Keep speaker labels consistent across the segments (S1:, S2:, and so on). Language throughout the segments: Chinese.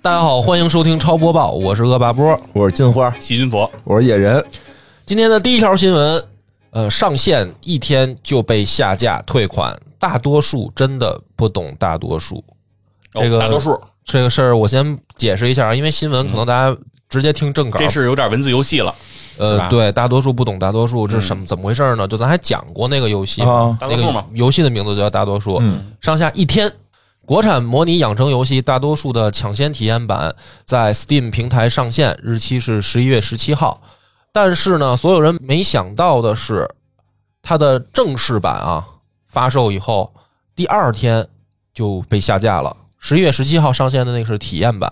S1: 大家好，欢迎收听超播报，我是恶霸波。
S2: 我是金花，
S3: 细菌佛，
S2: 我是野人，
S1: 今天的第一条新闻，呃，上线一天就被下架退款，大多数真的不懂大多数。
S3: 哦
S1: 这个啊
S3: 大多数
S1: 这个事儿我先解释一下啊，因为新闻可能大家直接听正稿，
S3: 这是有点文字游戏了。是
S1: 呃，
S3: 吧嗯
S1: 对，大多数不懂大多数，这是什么怎么回事呢？就咱还讲过那个游戏
S2: 啊
S1: 那
S3: 哦大多数
S1: 个
S3: 嘛
S1: 游戏的名字就叫大多数，
S2: 嗯
S1: 上下一天。国产模拟养成游戏大多数的抢先体验版在 Steam 平台上线，日期是十一月十七号。但是呢，所有人没想到的是，它的正式版啊发售以后，第二天就被下架了。十一月十七号上线的那个是体验版。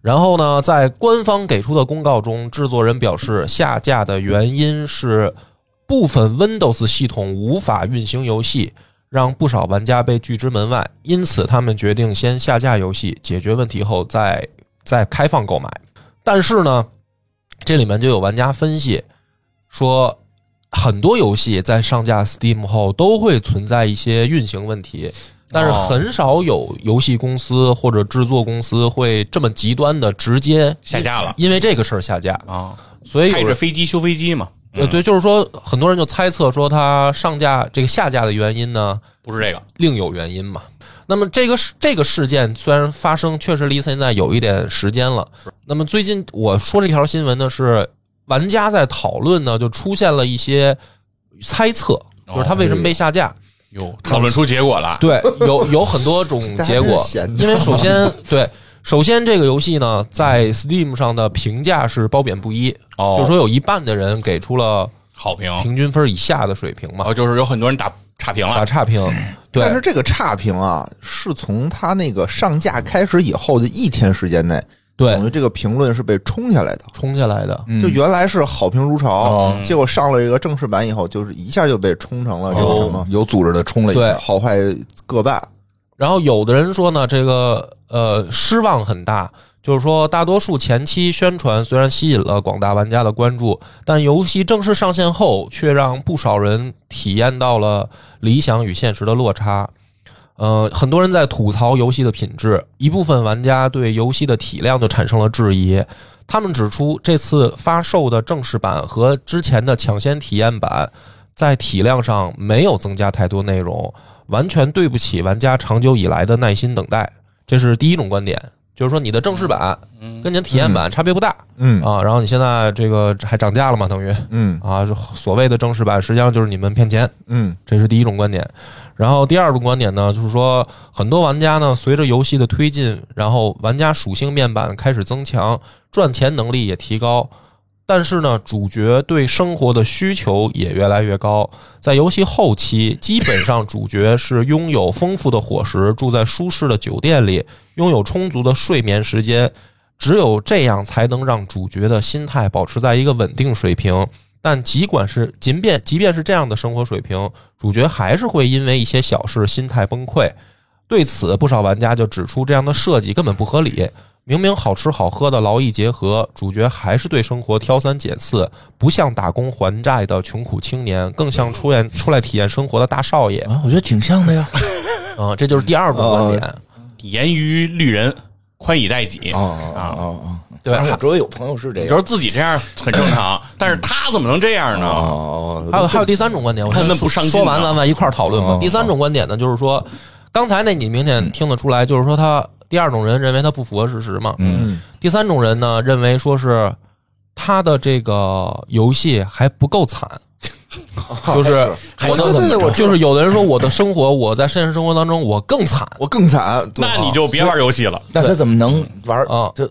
S1: 然后呢，在官方给出的公告中，制作人表示下架的原因是部分 Windows 系统无法运行游戏，让不少玩家被拒之门外，因此他们决定先下架游戏，解决问题后再再开放购买。但是呢，这里面就有玩家分析说，很多游戏在上架 Steam 后都会存在一些运行问题，但是
S3: 哦
S1: 很少有游戏公司或者制作公司会这么极端的直接
S3: 下架了
S1: 因为这个事儿下架。
S3: 啊，
S1: 所以有
S3: 开嗯
S1: 人
S3: 着飞机修飞机嘛，
S1: 呃，对，就是说，很多人就猜测说，它上架这个下架的原因呢，
S3: 不是这个
S1: 另有原因嘛。那么这个事这个事件虽然发生，确实离现在有一点时间了。那么最近我说这条新闻呢，是玩家在讨论呢，就出现了一些猜测，就是它为什么被下架。
S3: 哎哟，讨论出结果 了。
S1: 对，有有很多种结果，因为首先对，首先这个游戏呢，在 Steam 上的评价是褒贬不一，
S3: 哦，
S1: 就是说有一半的人给出了
S3: 好评，
S1: 平均分以下的水平嘛。
S3: 哦，就是有很多人打差评
S1: 打
S3: 了。
S1: 差评，
S2: 但
S1: 对
S2: 是，这个差评啊，是从他那个上架开始以后的一天时间内，
S1: 对
S4: 嗯
S2: 等于这个评论是被冲下来的。
S1: 冲下来的，
S2: 就原来是好评如潮，
S4: 哦
S2: 结果上了这个正式版以后，就是一下就被冲成了这个什么
S4: 有组织的冲了一
S1: 对
S4: 下，
S2: 好坏各半。
S1: 然后有的人说呢，这个呃失望很大，就是说大多数前期宣传虽然吸引了广大玩家的关注，但游戏正式上线后却让不少人体验到了理想与现实的落差。呃，很多人在吐槽游戏的品质，一部分玩家对游戏的体量就产生了质疑。他们指出，这次发售的正式版和之前的抢先体验版在体量上没有增加太多内容，完全对不起玩家长久以来的耐心等待。这是第一种观点，就是说你的正式版跟你的体验版差别不大、
S2: 嗯
S1: 啊。然后你现在这个还涨价了嘛，等于
S2: 嗯
S1: 啊，就所谓的正式版实际上就是你们骗钱，
S2: 嗯
S1: 这是第一种观点。然后第二种观点呢，就是说很多玩家呢，随着游戏的推进，然后玩家属性面板开始增强，赚钱能力也提高。但是呢，主角对生活的需求也越来越高。在游戏后期，基本上主角是拥有丰富的伙食，住在舒适的酒店里，拥有充足的睡眠时间。只有这样，才能让主角的心态保持在一个稳定水平。但尽管是，即便即便是这样的生活水平，主角还是会因为一些小事心态崩溃。对此，不少玩家就指出，这样的设计根本不合理。明明好吃好喝的劳逸结合，主角还是对生活挑三拣四，不像打工还债的穷苦青年，更像出现出来体验生活的大少爷。
S4: 啊，我觉得挺像的呀。
S1: 嗯、这就是第二种观点。
S3: 严于律人，宽以待己。
S4: 哦哦
S1: 对，
S4: 哦，我周围有朋友是这
S3: 你
S4: 样。
S3: 说自己这样很正常，
S1: 嗯
S3: 但是他怎么能这样呢？
S4: 哦
S1: 还有还有第三种观点，我
S3: 他
S1: 先
S3: 们
S1: 说
S3: 不上进
S1: 说完
S3: 啊
S1: 咱们一块儿讨论吧
S4: 哦。
S1: 第三种观点呢，就是说，刚才那你明显听得出来，就是说他第二种人认为他不符合事实嘛。
S4: 嗯，
S1: 第三种人呢，认为说是他的这个游戏还不够惨，就是我
S2: 对对对我
S1: 的
S2: 知
S1: 就是有的人说我的生活，我在现实生活当中我更惨。
S2: 我更惨，对
S3: 那你就别玩游戏了。
S4: 那他怎么能玩
S1: 啊
S4: 这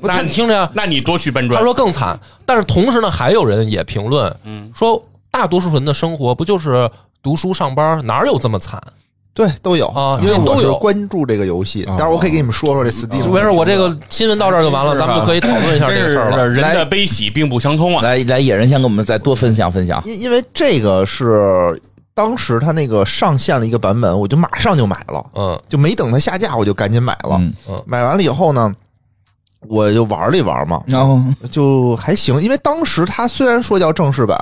S3: 那
S1: 那你听着呀，
S3: 那你多去搬
S1: 他
S3: 砖。
S1: 说更惨，但是同时呢，还有人也评论，说大多数人的生活不就是读书上班，哪有这么惨？
S2: 对都有
S1: 啊，
S2: 因为我
S1: 都
S2: 是
S1: 有
S2: 关注这个游戏，
S4: 啊
S2: 待会儿我可以给你们说说这 Steam。
S1: 没事，我这个新闻到这儿就完了，咱们就可以讨论一下
S3: 真
S1: 这个
S3: 是
S1: 事儿了。
S3: 人的悲喜并不相通 啊！
S4: 来来野人先给我们再多分享分享。
S2: 啊因因为这个是当时它那个上线了一个版本，我就马上就买了，
S1: 嗯
S2: 就没等它下架我就赶紧买了。
S4: 嗯
S2: 买完了以后呢，我就玩了一玩嘛，
S4: 然后
S2: 就还行。因为当时它虽然说叫正式版，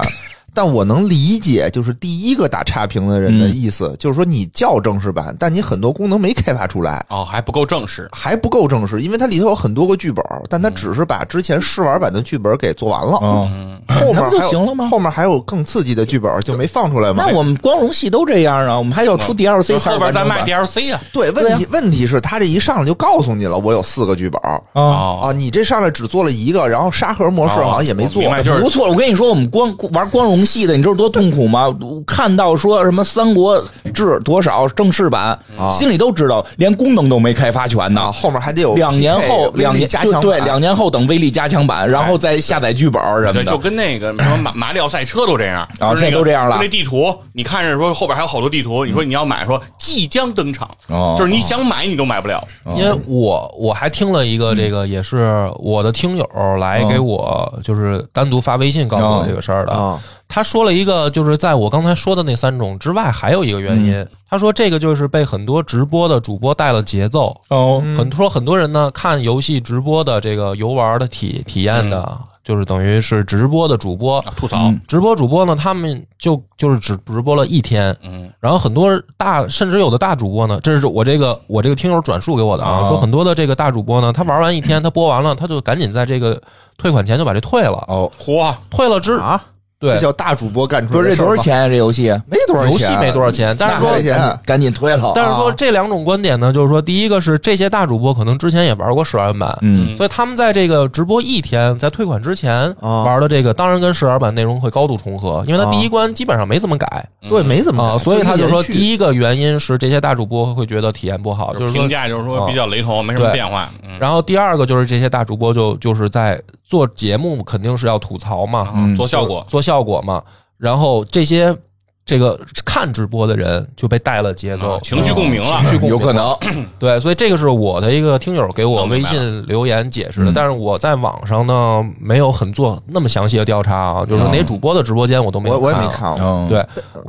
S2: 但我能理解，就是第一个打差评的人的意思，就是说你叫正式版，但你很多功能没开发出来，
S3: 哦，还不够正式。
S2: 还不够正式，因为它里头有很多个剧本，但它只是把之前试玩版的剧本给做完了，
S4: 嗯，
S2: 后面
S4: 那不
S2: 还
S4: 就行了
S2: 有
S4: 吗
S2: 后面还有更刺激的剧本就没放出来嘛
S4: 那。我们光荣系都这样啊，我们还要出 DLC 才
S3: 后
S4: 有
S3: 边
S4: 完
S3: 再
S4: 整
S3: 卖
S4: 版
S3: DLC 呀。
S2: 对，问题、问题是，他这一上来就告诉你了，我有四个剧本
S4: 啊。
S3: 哦
S2: 啊，你这上来只做了一个，然后沙盒模式好像也没做
S3: 哦我明，白就是
S4: 不错，我跟你说，我们光玩光荣系的，你知道多痛苦吗？看到说什么《三国志》多少正式版，心里都知道，连功能都没开发全呢
S2: 啊，。后面还得有
S4: 两年
S2: PK
S4: 后，
S2: 威力
S4: 两年
S2: 加
S4: 就
S2: 强
S4: 对，
S2: 版
S4: 两年后等威力加强版，然后再下载剧本什么
S3: 对，
S4: 的。
S3: 就跟那个什么马马里奥赛车都这样，
S4: 啊
S3: 就是那
S4: 现在
S3: 个
S4: 都这样了
S3: 就那地图，你看着说后边还有好多地图，你说你要买，说即将登场，
S4: 哦
S3: 就是你想买你都买不了。
S1: 因为我我还听了一个这个也是我的听友来给我就是单独发微信告诉我这个事儿的，
S2: 啊，
S1: 他说了一个就是在我刚才说的那三种之外还有一个原因，他说这个就是被很多直播的主播带了节奏，
S4: 哦，
S1: 很多很多人呢看游戏直播的这个游玩的体体验的，就是等于是直播的主播，
S3: 啊吐槽，
S1: 直播主播呢，他们就就是只直播了一天，
S3: 嗯，
S1: 然后很多大，甚至有的大主播呢，这是我这个我这个听友转述给我的
S2: 哦
S1: 啊，
S4: 啊
S1: 说很多的这个大主播呢，他玩完一天，他播完了，他就赶紧在这个退款前就把这退了，
S4: 哦，
S3: 嚯，
S1: 退了之
S2: 啊，
S1: 对
S2: 这，叫大主播干出
S4: 不
S2: 来
S4: 是这
S2: 的事儿
S4: 多少
S2: 吗？
S4: 钱啊？这游戏？
S2: 没多少
S1: 游戏
S2: 钱，
S1: 没多少钱，但是说
S2: 那。还啊得
S4: 赶紧赶紧推了。啊
S1: 但是说这两种观点呢，就是说，第一个是这些大主播可能之前也玩过试玩版，
S4: 嗯，
S1: 所以他们在这个直播一天，在退款之前
S2: 啊
S1: 玩的这个，当然跟试玩版内容会高度重合，因为
S2: 哦
S1: 它第一关基本上没怎么改
S2: 对，没怎么
S4: 哦
S1: 啊，
S2: 改
S1: 所以他就说，
S2: 嗯是
S1: 第
S2: 延续
S1: 一个原因是这些大主播会觉得体验不好，就是说
S3: 评价就是说比较雷同，没什么
S1: 对
S3: 变化。嗯，
S1: 然后第二个就是这些大主播就就是在做节目，肯定是要吐槽嘛，
S3: 啊做效果，
S1: 做效果嘛。然后这些这个看直播的人就被带了节奏
S3: 啊，情绪共鸣了。
S1: 情绪共
S4: 有
S1: 鸣
S4: 可能
S1: 对，所以这个是我的一个听友给我
S3: 哦明
S1: 微
S3: 白
S1: 信留言解释的，
S4: 嗯
S1: 但是我在网上呢没有很做那么详细的调查啊，就是哪主播的直播间我都没有
S2: 我我也没
S1: 啊，
S2: 看过，
S4: 嗯，
S1: 对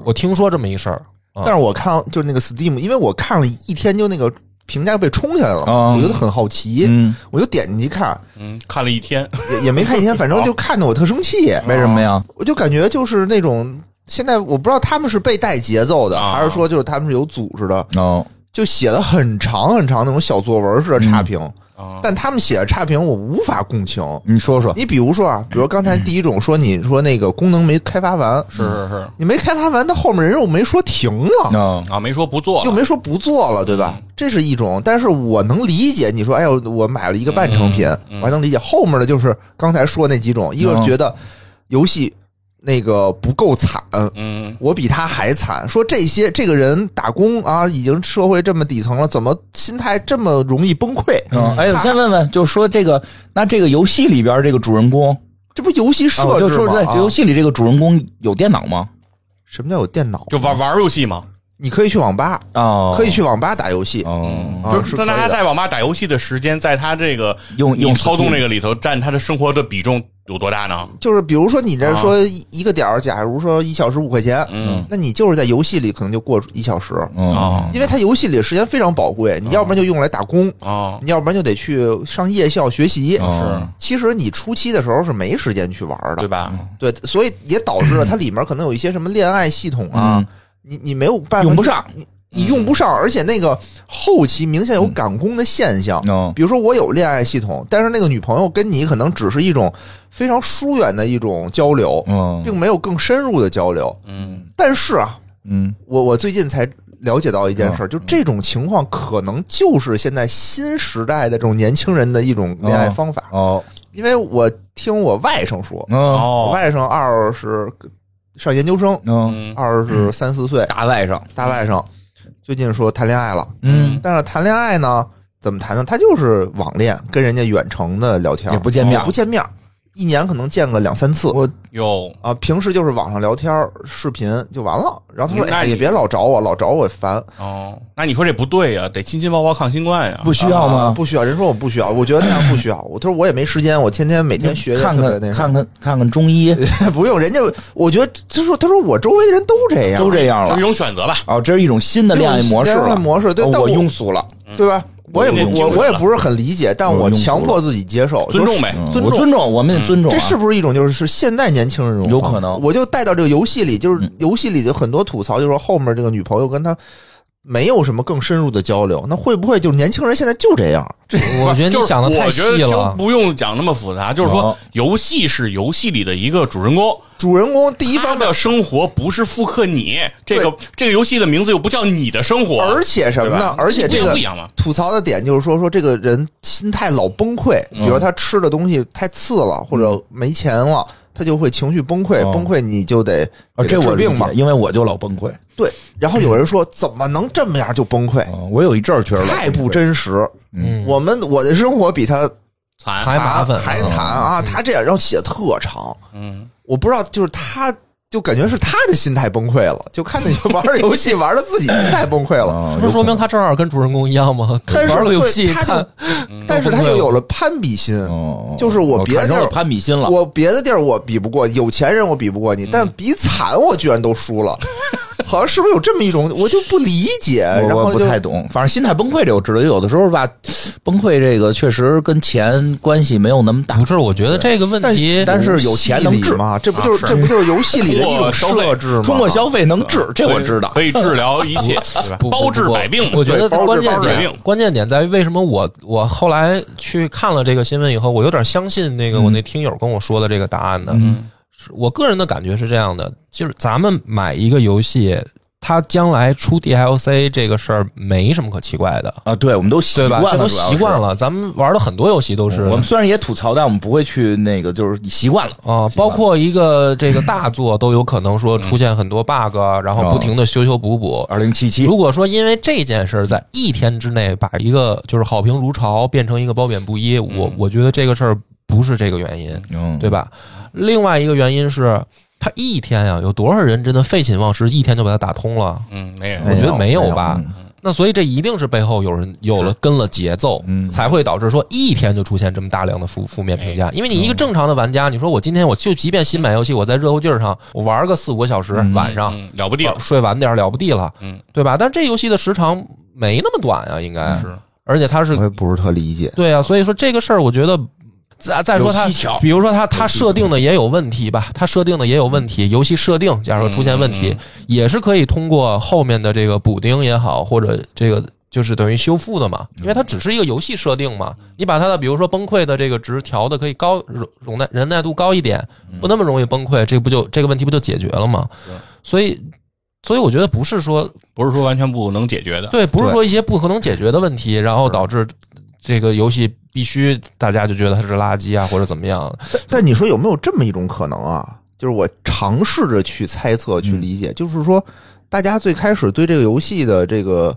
S1: 我听说这么一事儿，啊
S2: 但是我看就是那个 Steam，因为我看了一天就那个评价被冲下来了嘛，
S4: 嗯
S2: 我觉得很好奇，
S4: 嗯，
S2: 我就点进去看，
S3: 嗯，看了一天，
S2: 也也没看一天，反正就看的我特生气，
S4: 为什么呀？
S2: 我就感觉就是那种。现在我不知道他们是被带节奏的，
S3: 啊
S2: 还是说就是他们是有组织的，
S4: 哦，
S2: 就写了很长很长那种小作文式的差评，
S3: 啊
S2: 但他们写的差评我无法共情。
S4: 你说说，
S2: 你比如说啊，比如刚才第一种说你说那个功能没开发完，
S3: 是是是
S2: 你没开发完，那后面人又没说停了，
S4: 嗯，
S3: 啊，没说不做
S2: 又
S3: 了，
S2: 没说不做了，对吧？这是一种，但是我能理解你说，哎呦，我买了一个半成品，
S4: 嗯
S2: 我还能理解。后面的就是刚才说那几种，一个是觉得游戏那个不够惨。
S3: 嗯，
S2: 我比他还惨，说这些这个人打工啊，已经社会这么底层了，怎么心态这么容易崩溃？
S4: 嗯，哎，我先问问，就是说这个，那这个游戏里边这个主人公，
S2: 这不游戏设
S4: 啊就
S2: 置
S4: 说
S2: 吗？
S4: 在
S2: 啊
S4: 游戏里这个主人公有电脑吗？
S2: 什么叫有电脑？
S3: 就玩玩游戏嘛，
S2: 你可以去网吧，
S4: 哦，
S2: 可以，去网吧打游戏，
S4: 哦，
S2: 啊
S3: 就是是
S2: 可以
S3: 让他
S2: 的。
S3: 在网吧打游戏的时间，在他这个
S4: 用
S3: 你
S4: 用
S3: 操纵
S4: Steam
S3: 这个里头占他的生活的比重有多大呢？
S2: 就是比如说你
S4: 啊
S2: 这说一个点儿，假如说一小时五块钱，
S3: 嗯
S2: 那你就是在游戏里可能就过一小时，
S4: 哦，
S2: 因为它游戏里的时间非常宝贵，你要不然就用来打工，
S3: 啊，
S2: 你要不然就得去上夜校学习。
S4: 哦
S2: 其实你初期的时候是没时间去玩的，
S3: 对吧？
S2: 对，所以也导致了它里面可能有一些什么恋爱系统啊，
S4: 嗯
S2: 你你没有办法
S4: 用不上，
S2: 你你用不上，而且那个后期明显
S4: 嗯
S2: 有赶工的现象。
S4: 哦，
S2: 比如说我有恋爱系统，但是那个女朋友跟你可能只是一种非常疏远的一种交流，
S4: 嗯
S2: 并没有更深入的交流。
S3: 嗯，
S2: 但是啊，
S4: 嗯，
S2: 我我最近才了解到一件事儿，就这种情况可能就是现在新时代的这种年轻人的一种恋爱方法，
S4: 哦，
S2: 因为我听我外甥说，
S4: 哦，
S2: 我
S3: 哦，
S2: 外甥二十上研究生，
S4: 嗯，
S3: 嗯，
S2: 二十三四岁，
S4: 大外甥，
S2: 大外甥最近说谈恋爱了，
S4: 嗯，
S2: 但是谈恋爱呢，怎么谈呢？他就是网恋，跟人家远程的聊天，
S4: 也不见面
S2: 也不见面，一年可能见个两三次。
S4: 我
S3: 哟，
S2: 啊，平时就是网上聊天、视频就完了。然后他说：“
S3: 那
S2: 哎，
S3: 你
S2: 也别老找我，老找我烦。
S3: 哦，那你说这不对呀，得亲亲抱抱抗新冠呀。
S4: 不需要
S2: 啊
S4: 吗？
S2: 不需要。人说我不需要，我觉得那样不需要。我他说我也没时间，我天天每天学
S4: 看
S2: 特别
S4: 看
S2: 那
S4: 看看看看中医
S2: 看，不用人家。我觉得他说他说我周围的人都这样，
S4: 都这样
S3: 就是一
S4: 了。
S3: 种选择吧，
S4: 哦，这是一种新的恋爱模式
S2: 恋爱
S4: 了，
S2: 模式对
S4: 哦
S2: 但我
S4: 我庸俗了，
S2: 对吧？我也
S3: 有点
S2: 不
S3: 精
S2: 我
S3: 神
S2: 我也
S3: 了
S2: 不是很理解，但
S4: 有
S2: 我
S4: 用
S2: 强
S4: 途
S2: 迫自己接受，
S3: 尊
S2: 就
S3: 重
S2: 是
S3: 呗。
S4: 嗯
S2: 尊
S4: 我
S2: 重嗯
S4: 尊重，我们得尊重啊。
S2: 这是不是一种就是是现在年轻人这种
S4: 有
S2: 方
S4: 可能嗯
S2: 我就带到这个游戏里，就是游戏里的很多吐槽，就是说后面这个女朋友跟他没有什么更深入的交流，那会不会就是年轻人现在就这样？这
S1: 我觉得
S3: 就
S1: 你
S3: 是
S1: 想的太
S3: 我
S1: 细
S3: 觉得就
S1: 了。
S3: 不用讲那么复杂。就是说
S4: 好，
S3: 游戏是游戏里的一个主人公，
S2: 主人公第一
S3: 他
S2: 方面，
S3: 的生活不是复刻你这个这个游戏的名字，又不叫你的生活，
S2: 而且什么
S3: 对吧？
S2: 呢而且这
S3: 这
S2: 个
S3: 不一样吗？
S2: 吐槽的点就是说，说这个人心态老崩溃，比如他吃的东西太次了，或者没钱了，他就会情绪崩溃，
S4: 哦
S2: 崩溃你就得
S4: 啊，
S2: 给
S4: 这
S2: 他
S4: 我
S2: 治
S4: 理
S2: 病
S4: 解
S2: 嘛。
S4: 因为我就老崩溃。
S2: 对，然后有人说怎么能这么样就崩溃？
S4: 啊我有一阵儿确实老
S2: 太
S4: 崩
S2: 不
S4: 溃
S2: 真实。
S1: 嗯，
S2: 我们我的生活比他
S3: 惨
S1: 还麻烦嗯
S2: 还惨啊！他这样然后写特长，
S3: 嗯，
S2: 我不知道，就是他就感觉是他的心态崩溃了，就看那个玩儿游戏玩的自己心态崩溃了。
S4: 啊，
S1: 不是说明他正好跟主人公一样吗？
S2: 但是
S1: 玩个游戏
S2: 对他
S1: 看
S2: 就，但是他就有了攀比心，就是我别的
S4: 哦产生
S2: 地
S4: 了
S2: 儿
S4: 攀比心了。
S2: 我别的地儿我比不过，有钱人我比不过你，但比惨我居然都输了，好像是不是有这么一种？我就不理解，然
S4: 哎我
S2: 后
S4: 我不
S2: 就
S4: 太懂，反正心态崩溃这我知道，有的时候吧，崩溃这个确实跟钱关系没有那么大
S1: 不。是，我觉得这个问
S2: 但
S1: 题，
S4: 但是有钱能治
S2: 吗？这不就是
S3: 啊
S2: 这
S3: 是
S2: 不就是游戏里的一
S3: 通过
S2: 种
S3: 消费
S2: 设置吗？
S4: 通过消费能治，这我知道。
S3: 可以可以治疗一切，对吧
S1: 不
S3: 包治
S1: 不不
S3: 百病。
S1: 我觉得
S3: 对包
S1: 关
S3: 治
S1: 键
S3: 包治百
S1: 点
S3: 病，
S1: 关键点在于为什么我我后来去看了这个新闻以后，我有点相信那个我那听友跟我说的这个答案的。
S4: 嗯
S1: 是我个人的感觉是这样的，就是咱们买一个游戏，它将来出 DLC 这个事儿没什么可奇怪的，
S4: 啊，对，我们都习
S1: 对吧
S4: 惯？
S1: 这
S4: 了，
S1: 都
S4: 主要是
S1: 习惯。了，咱们玩的很多游戏都是。
S4: 我们虽然也吐槽，但我们不会去那个，就是习惯了。
S1: 啊，包括一个这个大作都有可能说出现很多 bug，然啊后不停的修修补补，
S4: 二零七七
S1: 如果说因为这件事儿在一天之内把一个就是好评如潮变成一个褒贬不一，我我觉得这个事儿不是这个原因，
S4: 嗯
S1: 对吧？另外一个原因是，他一天呀、有多少人真的废寝忘食，一天就把它打通了？
S3: 嗯，没
S1: 我
S2: 哎
S3: 人
S1: 觉得
S2: 没有
S1: 有吧。那所以这一定是背后有人有了跟了节奏，
S4: 嗯
S1: 才会导致说一天就出现这么大量的负负面评价。因为你一个正常的玩家，你说我今天我就即便新买游戏，我在热乎劲儿上我玩个四五个小时，
S4: 嗯
S1: 晚上
S3: 嗯了不地了
S1: 啊，睡晚点儿了不地了，
S3: 嗯，
S1: 对吧？但这游戏的时长没那么短啊，应该
S3: 是，
S1: 而且它是
S2: 我也不是特理解。
S1: 对啊，所以说这个事儿，我觉得再再说它
S4: 有蹊跷，
S1: 比如说它它设定的也有问题吧，它设定的也有问题，游戏设定假如说出现问题，也是可以通过后面的这个补丁也好，或者这个。就是等于修复的嘛，因为它只是一个游戏设定嘛，你把它的比如说崩溃的这个值调的可以高容容耐忍耐度高一点，不那么容易崩溃，这不就这个问题不就解决了吗？所以，所以我觉得不是说
S3: 不是说完全不能解决的。
S1: 对，不是
S2: 对
S1: 说一些不可能解决的问题，然后导致这个游戏必须大家就觉得它是垃圾啊，或者怎么样？
S2: 但但你说有没有这么一种可能啊？就是我尝试着去猜测、去理解，就是说，大家最开始对这个游戏的这个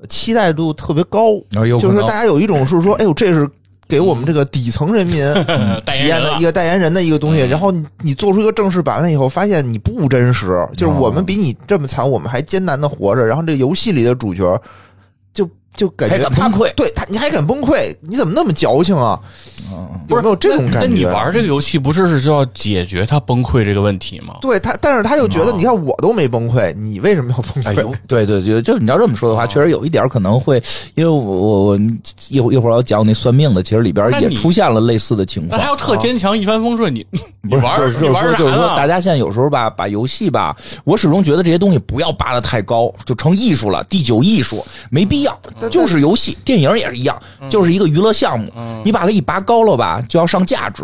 S2: 呃期待度特别高，
S4: 啊，有可
S2: 就是
S4: 能
S2: 大家有一种是说，哎呦，这是给我们这个底层 人民
S3: 嗯代
S2: 体
S3: 言
S2: 验
S3: 人啊
S2: 的
S3: 了
S2: 一个代言人的一个东西。
S4: 嗯
S2: 然后你你做出一个正式版了以后，发现你不真实，就是我们比你这么惨，我们还艰难的活着。然后这个游戏里的主角就就感觉
S4: 还敢
S2: 他
S4: 崩溃
S2: 对他你还敢崩溃？你怎么那么矫情啊？
S4: 嗯
S2: 有没有这种感觉？
S3: 那你玩这个游戏不是是就要解决他崩溃这个问题吗？
S2: 对他，但是他又觉得，你看我都没崩溃，你为什么要崩
S4: 哎
S2: 溃
S4: 呦？， 对对对，就你要这么说
S3: 哦
S4: 的话，确实有一点可能会，因为我我我一会儿一会儿要讲我那算命的，其实里边
S3: 那
S4: 也
S3: 你
S4: 出现了类似的情
S3: 那
S4: 况
S3: 他。要特坚强，一帆风顺，你你
S4: 不是，
S3: 玩
S4: 就是就
S3: 你
S4: 是
S3: 玩
S4: 说，
S3: 啥
S4: 就是说，大
S3: 呢？
S4: 家现在有时候吧，把游戏吧，我始终觉得这些东西不要拔得太高，就成艺术了，第九艺术没必要，就是游戏，电影也是一样，
S3: 嗯
S4: 就是一个娱乐项目，你把它一拔高了吧，就要上价值，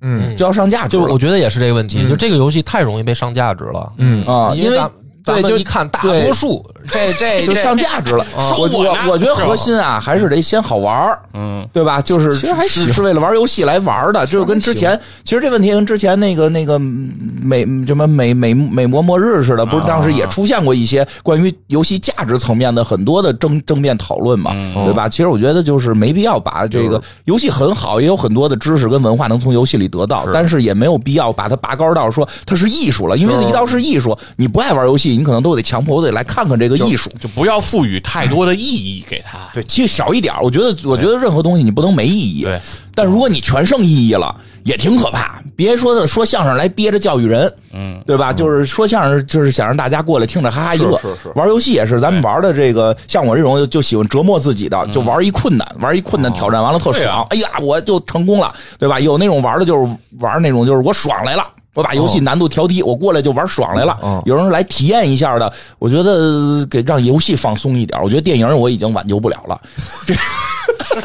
S2: 嗯，
S4: 就要上价值
S1: 就
S4: 了
S1: 我觉得也是这个问题，就这个游戏太容易被上价值了，嗯
S4: 嗯啊，
S1: 因
S4: 因为
S1: 咱咱
S4: 对，就
S1: 们一看大
S4: 对
S1: 多 数这这
S4: 就
S1: 这
S4: 上价值了。
S3: 说
S4: 我
S3: 我呢
S4: 我我觉得核心啊，还是得先好玩儿，
S3: 嗯，
S4: 对吧？就是
S2: 其实还
S4: 是
S2: 行
S4: 是为了玩游戏来玩的，就是跟之前其实这问题跟之前那个那个嗯美什么美美美国末日似的，
S2: 啊
S4: 不是当时也出现过一些关于游戏价值层面的很多的争争辩讨论嘛，
S2: 嗯
S4: 对
S2: 哦
S4: 吧？其实我觉得就是没必要把这个游戏很好，也有很多的知识跟文化能从游戏里得到，但是也没有必要把它拔高到说它是艺术了，因为一到是艺术，你不爱玩游戏，你可能都得强迫我得来看看这个艺术。
S3: 嗯就不要赋予太多的意义给他。
S4: 对，其实少一点儿我觉得，我觉得任何东西你不能没意义。
S3: 对，
S4: 但如果你全剩意义了，也挺可怕。别说的说相声来憋着教育人，
S3: 嗯，
S4: 对吧？就是说相声，就是想让大家过来听着哈哈一乐。
S2: 是是是哎
S4: 玩游戏也是，咱们玩的这个，像我这种就就喜欢折磨自己的，
S2: 嗯
S4: 就玩一困难，玩一
S2: 哦
S4: 困难挑战完了特
S3: 对
S4: 爽
S3: 啊，
S4: 哎呀，我就成功了，对吧？有那种玩的就是玩那种就是我爽来了。我把游
S2: 哦
S4: 戏难度调低，我过来就玩爽来了
S2: 嗯。
S4: 有人来体验一下的，我觉得给让游戏放松一点。我觉得电影我已经挽救不了了，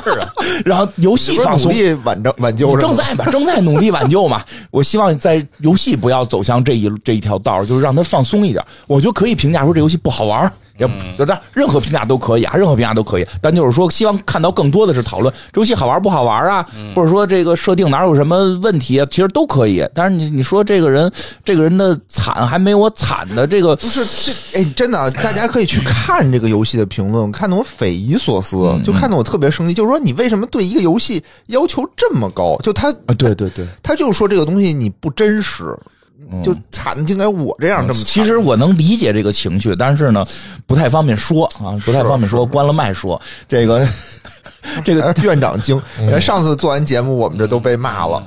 S3: 是啊，
S4: 然后游戏放
S2: 努
S4: 松
S2: 力挽着挽救是
S4: 正
S2: 吗？
S4: 在吧，正在努力挽救嘛。我希望在游戏不要走向这一这一条道儿，就是让它放松一点。我就可以评价说这游戏不好玩儿，也不就这样任何评价都可以啊，任何评价都可以。但就是说，希望看到更多的是讨论这游戏好玩不好玩啊，或者说这个设定哪有什么问题啊，其实都可以。但是你你说这个人这个人的惨还没我惨的这个
S2: 不是这哎，真的啊，大家可以去看这个游戏的评论，看得我匪夷所思，
S4: 嗯
S2: 就看得我特别生气。就是说，你为什么对一个游戏要求这么高？就他
S4: 啊，对对对。
S2: 他就是说这个东西你不真实，就惨的竟该我这样这么惨。
S4: 嗯其实我能理解这个情绪，但是呢，不太方便说啊，不太方便说，关了麦说这个这个
S2: 哎 院长惊，
S4: 嗯
S2: 哎上次做完节目我们这都被骂了，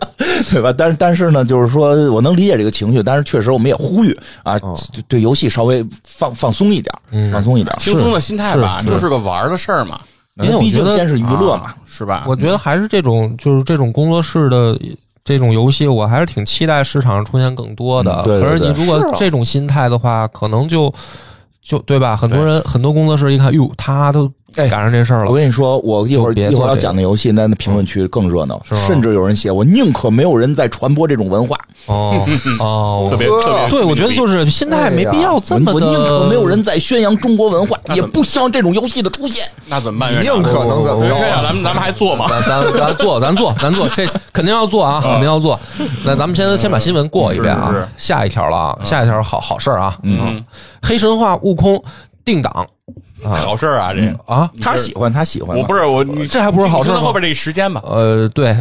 S4: 对吧？但是但是呢，就是说我能理解这个情绪，但是确实我们也呼吁啊，对对游戏稍微放放松一点，
S1: 嗯
S4: 放松一点，
S3: 轻松的心态吧，
S1: 是
S3: 这是个玩儿的事儿嘛，
S1: 因为我
S4: 毕
S1: 觉
S4: 竟
S1: 得
S4: 先是娱乐嘛
S3: 啊。，是吧？
S1: 我觉得还是这种，就是这种工作室的这种游戏，我还是挺期待市场上出现更多的。
S4: 嗯对对
S1: 可是你
S4: 对
S1: 如果
S2: 是啊
S1: 这种心态的话，可能就就对吧？很多人很多工作室一看，哟，他都赶上这事儿
S4: 哎我
S1: 了，
S4: 跟你说，我一会儿
S1: 就别
S4: 一会
S1: 做这
S4: 儿要
S1: 个嗯
S4: 讲的游戏，那那评论区更热闹，
S1: 是吗
S4: 甚至有人写我宁可没有人在传播这种文化，
S1: 哦哦，
S3: 特别
S2: 呵
S3: 特
S4: 啊
S3: 别，
S1: 对，我觉得就是是心态没必要哦这
S4: 我
S1: 么
S4: 我
S1: 的，
S4: 宁可没有人在宣扬中国文化，也不希望这种游戏的出现。
S3: 那怎么办？
S2: 你宁可能怎么
S3: 院
S2: 着
S3: 长院
S2: 啊
S4: 嗯
S3: 长，？哎咱们咱们还做吗？
S1: 咱咱咱做，咱做，咱做，这肯定要做啊，肯定要做。那咱们先先把新闻过一遍
S3: 是是
S1: 啊
S3: 是，
S1: 下一条了啊，下一条好好事儿啊，
S4: 嗯，
S1: 黑神话悟空定档啊
S3: 好事儿啊，这个
S1: 啊，
S4: 他喜欢，他喜欢嘛，
S3: 我不是我，你
S1: 这还不是好事儿
S3: 你听
S1: 吗
S3: 到后边这个时间吧，
S1: 呃，对，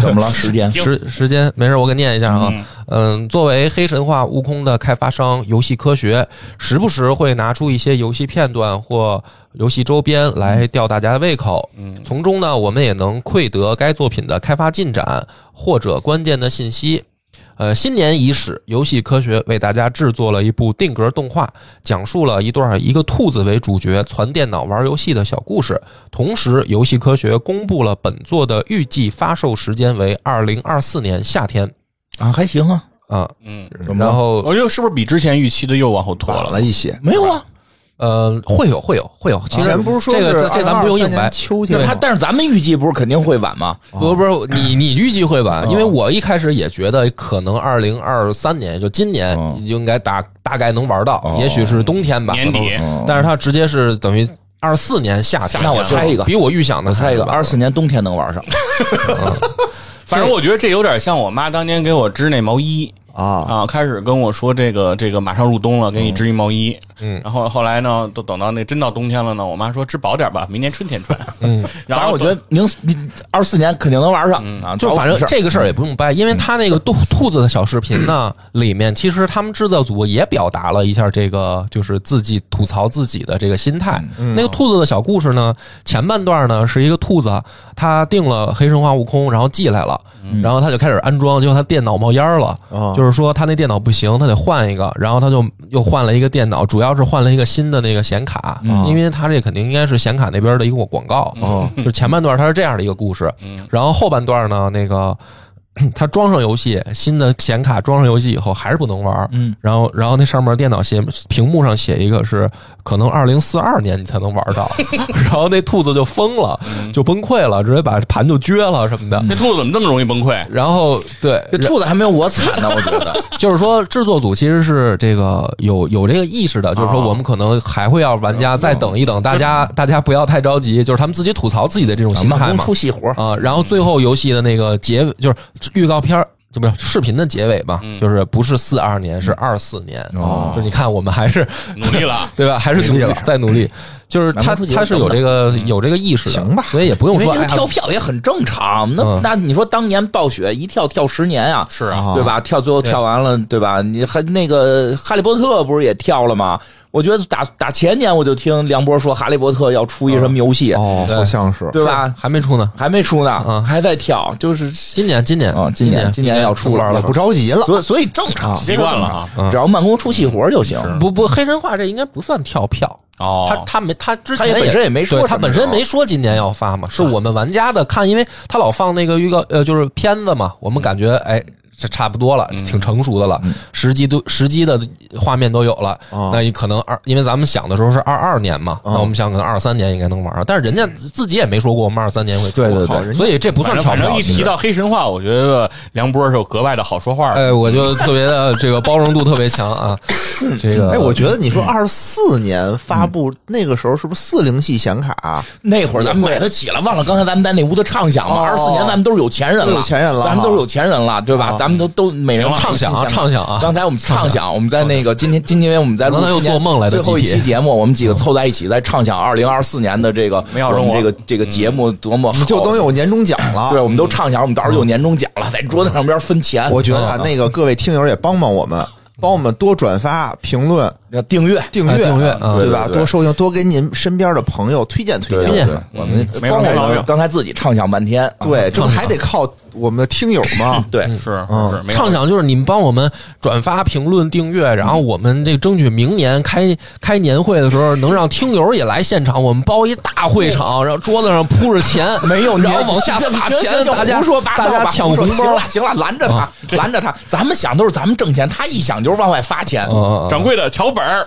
S4: 怎么了？时间
S1: 时时间没事，我给念一下啊。嗯，作为黑神话悟空的开发商游戏科学，时不时会拿出一些游戏片段或游戏周边来吊大家的胃口。嗯，从中呢，我们也能窥得该作品的开发进展或者关键的信息。呃，新年伊始，游戏科学为大家制作了一部定格动画，讲述了一段以一个兔子为主角攒电脑玩游戏的小故事。同时，游戏科学公布了本作的预计发售时间为二零二四年夏天
S4: 啊，还行啊，
S1: 啊。
S3: 嗯，
S4: 怎么了
S1: 然后
S2: 哦
S3: 我觉得是不是比之前预期的又往后拖
S2: 晚
S3: 了？
S2: 了一些。
S4: 没有啊？
S1: 呃，会有会有会有，其
S2: 以
S1: 实
S2: 啊前不是说
S1: 这个
S2: 是
S1: 这这咱们不用硬
S2: 2023
S1: 掰
S2: 年。秋
S4: 那
S2: 天
S4: 他
S1: 哦
S2: 吗哦
S4: 但是咱们预计不是肯定会晚吗？
S1: 不不是你你预计会晚，因为我一开始也觉得可能二零二三年就今年
S2: 哦
S4: 嗯
S1: 应该大大概能玩到，也许是冬天吧，
S3: 年底
S1: 可能但是它直接是等于二四年夏天，
S4: 嗯那我猜一个
S1: 比我预想的
S4: 我猜一个，
S1: 还
S4: 二四年冬天能玩上。
S3: 反正我觉得这有点像我妈当年给我织那毛衣
S2: 啊，
S3: 啊，开始跟我说这个这个马上入冬了，给你织一毛衣。
S1: 嗯
S3: 然后后来呢，都等到那真到冬天了呢，我妈说织薄点吧，明年春天穿。
S1: 嗯，
S3: 然
S4: 反
S3: 后
S4: 正我觉得零零二四年肯定能玩上啊，
S1: 就反正
S4: 这
S1: 这个事儿也不用
S4: 嗯
S1: 掰，因为他那个兔兔子的小视频呢，里面其实他们制作组也表达了一下这个就是自己吐槽自己的这个心态。
S4: 嗯
S1: 那个兔子的小故事呢，前半段呢是一个兔子，他定了黑神话悟空，然后寄来了，
S4: 嗯
S1: 然后他就开始安装，结果他电脑冒烟儿了，
S2: 啊
S1: 就是说他那电脑不行，他得换一个，然后他就又换了一个电脑，主要是换了一个新的那个显卡，因为他这肯定应该是显卡那边的一个广告，
S4: 啊哦
S1: 就是前半段它是这样的一个故事，然后后半段呢，那个 他装上游戏，新的显卡装上游戏以后还是不能玩，
S4: 嗯，
S1: 然后然后那上面电脑写屏幕上写一个是可能二零四二年你才能玩到，然后那兔子就疯了，就崩溃了，直接把盘就撅了什么的，
S3: 这兔子怎么这么容易崩溃？
S1: 然后对，
S4: 嗯这兔子还没有我惨呢，我觉 得
S1: 就是说，制作组其实是这个有有这个意识的，就是
S4: 啊
S1: 说我们可能还会要玩家再等一等，大家大家不要太着急，就是他们自己吐槽自己的这种心
S4: 嗯慢
S1: 态
S4: 工
S1: 嘛
S4: 出细活。
S1: 啊。然后最后游戏的那个结尾就是预告片儿，就不是视频的结尾嘛，
S4: 嗯
S1: 就是不是四
S4: 哦
S1: 二年是二四年，就是你看我们还是，
S3: 努力了
S1: 对吧？还是努力在努力。 就是
S4: 买
S1: 他
S4: 嗯不出去嗯
S1: 他是有这个有这个意识的，
S2: 行吧
S1: 所以也不用
S4: 因为
S1: 说
S4: 这个
S1: 哎呀
S4: 跳票也很正常。
S1: 嗯
S4: 那那你说当年暴雪一跳跳十年啊，
S3: 是啊，
S4: 对吧？跳最后跳完了，对吧？你还那个《哈利波特》不是也跳了吗？我觉得打打前年我就听梁波说《哈利波特》要出一什么游戏，
S1: 哦，
S2: 好像是
S4: 对吧？
S1: 还没出呢，
S4: 还没出呢，
S1: 嗯
S4: 还在跳，就是
S1: 今年今年
S4: 啊，今
S1: 今
S4: 年今年要出
S2: 也
S4: 了，
S2: 不着急了。
S4: 所以所以正常，
S3: 习惯了啊
S1: 嗯
S4: 只要慢工出细活就行。
S1: 不不，黑神话这应该不算跳票。他
S3: 哦，
S1: 他没他之前
S4: 他也本身也没说
S1: 对
S4: 什
S1: 他
S4: 么
S1: 本
S4: 时
S1: 身
S4: 候
S1: 没说今年要发嘛，是我们玩家的看，因为他老放那个预告呃就是片子嘛，
S4: 嗯
S1: 我们感觉哎这差不多了，挺成熟的了，实际都实际的画面都有了，
S4: 哦
S1: 那也可能二，因为咱们想的时候是二二年嘛，那我们想可能二三年应该能玩，但是人家自己也没说过我们二三年会出，
S4: 对对对
S1: 好人家所以这不
S3: 反
S1: 算
S3: 正
S1: 跳
S3: 反正
S1: 票。
S3: 一
S1: 其
S3: 提
S1: 实
S3: 到黑神话，我觉得梁波是有格外的好说话的。
S1: 哎，我就特别的这个包容度特别强 啊，这个
S2: 哎，我觉得你说
S4: 嗯
S2: 二四年发布那个时候是不是四零系显卡？啊
S4: 那会儿咱们买得起了，忘了刚才咱们在那屋的畅想嘛。
S2: 哦
S4: 二四年咱们都是有钱人了，
S2: 都有钱人了
S4: 咱们都是有钱人了，对吧？咱们都都每人
S3: 行了
S1: 畅想啊
S4: 一期
S1: 畅想啊
S4: 刚才我们畅想，我们在那个今天今天因为我们在录
S1: 刚才又
S4: 今天
S1: 做梦来的
S4: 最后一
S1: 集体
S4: 期节目，我们几个凑在一起在畅想二零二四年的这个
S3: 没有
S4: 我们
S3: 中
S4: 这
S3: 国
S4: 个这个节目多么好，
S2: 嗯就等有年终奖了。
S4: 对，我们都畅想，我们到时候有年终奖了，在桌子上边分钱。
S2: 我觉得啊
S4: 嗯
S2: 那个各位听友也帮帮我们，帮我们多转发、评论、
S4: 要订阅。啊
S2: 订阅、啊
S1: 哎订阅嗯
S2: 对吧？
S4: 对对对
S2: 多收听，多给您身边的朋友推荐推
S4: 对
S1: 推
S2: 荐
S1: 荐。
S4: 对，我们
S3: 没
S4: 光
S3: 有
S4: 我
S3: 毛
S4: 们
S3: 病
S4: 刚才自己畅想半天，啊
S2: 对，这不还得靠我们的听友吗？
S4: 嗯对，
S3: 是是，没有
S1: 畅想就是你们帮我们转发、评论、订阅，然
S4: 嗯
S1: 后我们这争取明年开开年会的时候，能让听友也来现场，我们包一大会 场，然后桌子上铺着钱，
S4: 没有，
S1: 然后往下
S4: 行
S1: 撒
S4: 行
S1: 钱，
S4: 行
S1: 大家
S4: 胡说八道
S1: 大
S4: 吧
S1: 家抢
S4: 胡
S1: 红
S4: 说行
S1: 包
S4: 了，行了，拦着他，拦着他。咱们想都是咱们挣钱，他一想就是往外发钱，
S1: 嗯嗯嗯，
S3: 掌柜的桥本儿，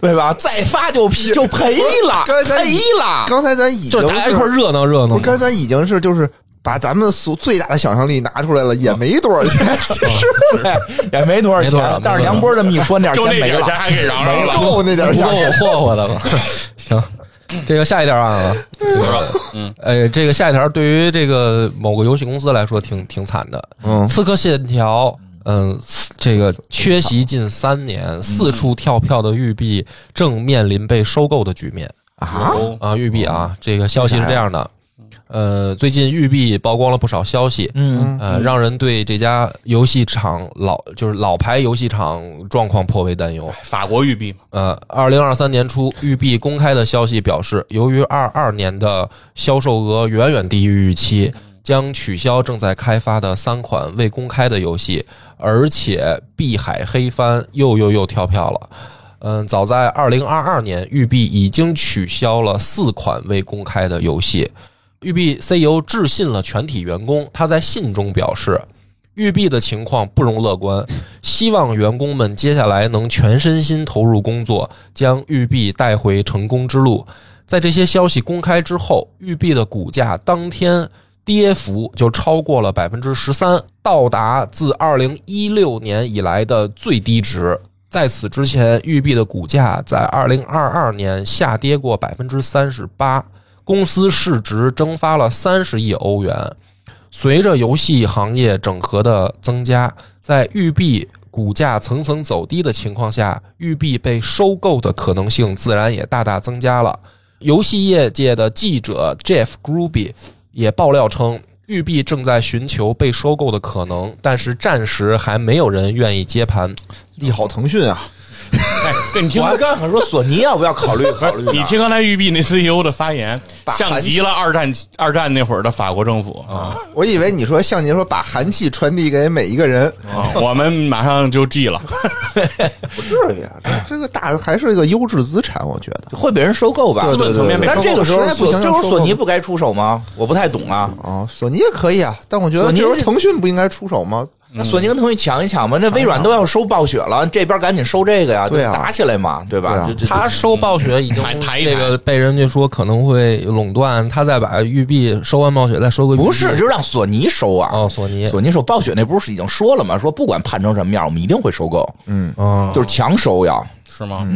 S4: 对吧？再发就就赔了，
S2: 刚才咱
S4: 赔了。
S2: 刚才咱已经
S1: 就是是大家一块儿热闹热闹
S2: 不，。刚才咱已经是就是把咱们所最大的想象力拿出来了，也没多少钱，其实
S4: 对，也没多少
S1: 没多少
S4: 钱。但是梁波这么一说，那
S3: 就
S4: 点钱
S3: 那
S4: 没
S3: 点
S4: 了
S3: 钱。还给嚷嚷了。
S2: 够那点
S1: 不
S2: 钱
S1: 够。我霍霍 的了。行，这个下一条啊，嗯，哎，这个下一条对于这个某个游戏公司来说挺挺惨的，
S2: 嗯
S1: 刺客信条》嗯，这个缺席近三年，四
S4: 嗯
S1: 处跳票的育碧正面临被收购的局面
S2: 啊，
S1: 啊！育碧
S4: 嗯
S1: 啊，这个消息是这样的，呃，最近育碧曝光了不少消息，
S4: 嗯，
S1: 呃，让人对这家游戏厂老就是老牌游戏厂状况颇为担忧。
S3: 法国玉币嘛，
S1: 呃，二零二三年初，育碧公开的消息表示，由于二二年的销售额远远低于预期，将取消正在开发的三款未公开的游戏，而且碧海黑帆又又又跳票了。嗯，早在二零二二年，育碧已经取消了四款未公开的游戏。育碧 CEO E 致信了全体员工，他在信中表示，育碧的情况不容乐观，希望员工们接下来能全身心投入工作，将育碧带回成功之路。在这些消息公开之后，育碧的股价当天跌幅就超过了百分之十三，到达自二零一六年以来的最低值。在此之前，育碧的股价在二零二二年下跌过百分之三十八，公司市值蒸发了三十亿欧元。随着游戏行业整合的增加，在育碧股价层层走低的情况下，育碧被收购的可能性自然也大大增加了。游戏业界的记者 Jeff Gruby 也爆料称，育碧正在寻求被收购的可能，但是暂时还没有人愿意接盘。
S2: 利好腾讯啊，
S3: 哎，对你听
S4: 我，还刚想说索尼要不要考虑考虑呢？
S3: 你听刚才育碧那 CEO 的发言，
S2: 把
S3: 像极了二战二战那会儿的法国政府啊！
S2: 我以为你说像您说把寒气传递给每一个人，
S3: 啊我们马上就 G 了，
S2: 不至于啊，这个大还是个优质资产，我觉得。
S4: 会被人收购吧？
S2: 对
S3: 资本层面被
S4: 但
S3: 收
S4: 这
S3: 购。
S4: 个时候
S2: 实在不
S4: 索，
S2: 行
S4: 这时
S2: 让
S4: 候
S2: 收购
S4: 索尼不该出手吗？我不太懂啊。
S2: 哦，索尼也可以啊，但我觉得
S4: 索尼
S2: 这时候
S4: 是
S2: 腾讯不应该出手吗？
S4: 那索尼跟腾讯抢一抢嘛，那微软都要收暴雪了，这边赶紧收这个呀，
S2: 对啊
S4: 就打起来嘛，对
S2: 对
S4: 吧
S2: 啊？
S4: 就就
S1: 他收暴雪已经
S3: 抬抬一抬
S1: 这个被人家说可能会垄断，他再把育碧收完暴雪再收个育碧
S4: 不是就让索尼收啊？
S1: 嗯哦，索尼
S4: 索尼收暴雪那不是已经说了吗？说不管判成什么样，我们一定会收购，
S2: 嗯，
S1: 啊，
S4: 就是强收呀。
S3: 是吗？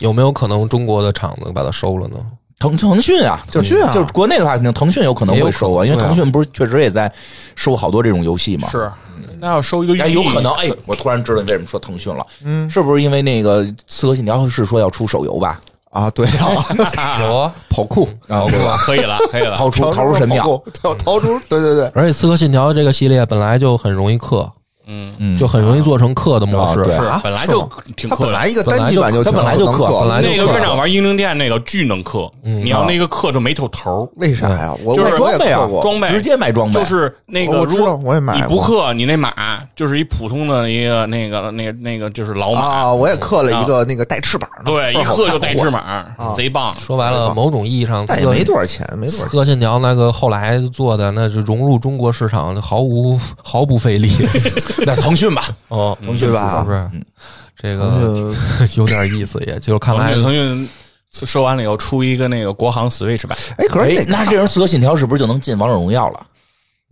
S1: 有没有可能中国的厂子把它收了呢？
S4: 腾腾讯啊，腾
S2: 讯啊
S4: 就是国内的话，可能腾讯有可能会收啊，因为
S2: 对啊
S4: 腾讯不是确实也在收好多这种游戏嘛。
S3: 是，啊那要收一个玉
S4: 哎，
S3: 币，
S4: 有可能哎，我突然知道你为什么说腾讯了，嗯，是不是因为那个《刺客信条》是说要出手游吧？
S2: 啊，对啊，
S1: 有啊，
S2: 跑酷，
S4: 啊，对吧？
S3: 可以了，可以了。
S4: 逃 出逃出神庙，，
S2: 逃逃出，对对对，
S1: 而且《刺客信条》这个系列本来就很容易氪，
S3: 嗯，
S4: 嗯
S1: 就很容易做成氪的模式
S4: 啊。对
S3: 是本来就挺
S2: 他
S3: 克
S2: 本
S3: 的。
S2: 来一个单机版就
S1: 他本来就
S2: 挺
S1: 氪
S2: 能
S1: 本来就
S3: 那个
S1: 克
S3: 院长玩英灵殿那个巨能克，你要那个克就没头头儿，
S2: 为啥呀？我
S3: 就是
S2: 我我也
S4: 装备啊
S2: 氪过，
S3: 装备
S4: 直接买装备，
S3: 就是那
S2: 我
S3: 个
S2: 我知
S3: 如
S2: 道
S3: 果
S2: 我也买
S3: 你
S2: 过
S3: 不克，你那马就是一普通的一个那个那个那个就是老马，
S2: 啊，我也氪了一个那个带翅膀的，
S3: 对，
S2: 倍
S3: 一
S2: 儿好
S3: 克
S2: 看
S3: 就带
S2: 我
S3: 只马，贼棒。
S1: 说白了，某种意义上，
S2: 但也没多少钱，没多少
S1: 《
S2: 钱。
S1: 刺客信条》那个后来做的，那是融入中国市场毫无毫不费力。
S4: 那腾讯吧，嗯
S1: 哦，
S3: 腾
S2: 讯吧
S1: 是不是？这个
S2: 呃，
S1: 有点意思，也就是看来
S3: 腾讯腾讯收完了以后出一个那个国行 Switch 版，
S2: 哎，可是
S4: 哎
S2: 那，
S4: 那这人《刺客信条》是不是就能进王者荣耀了？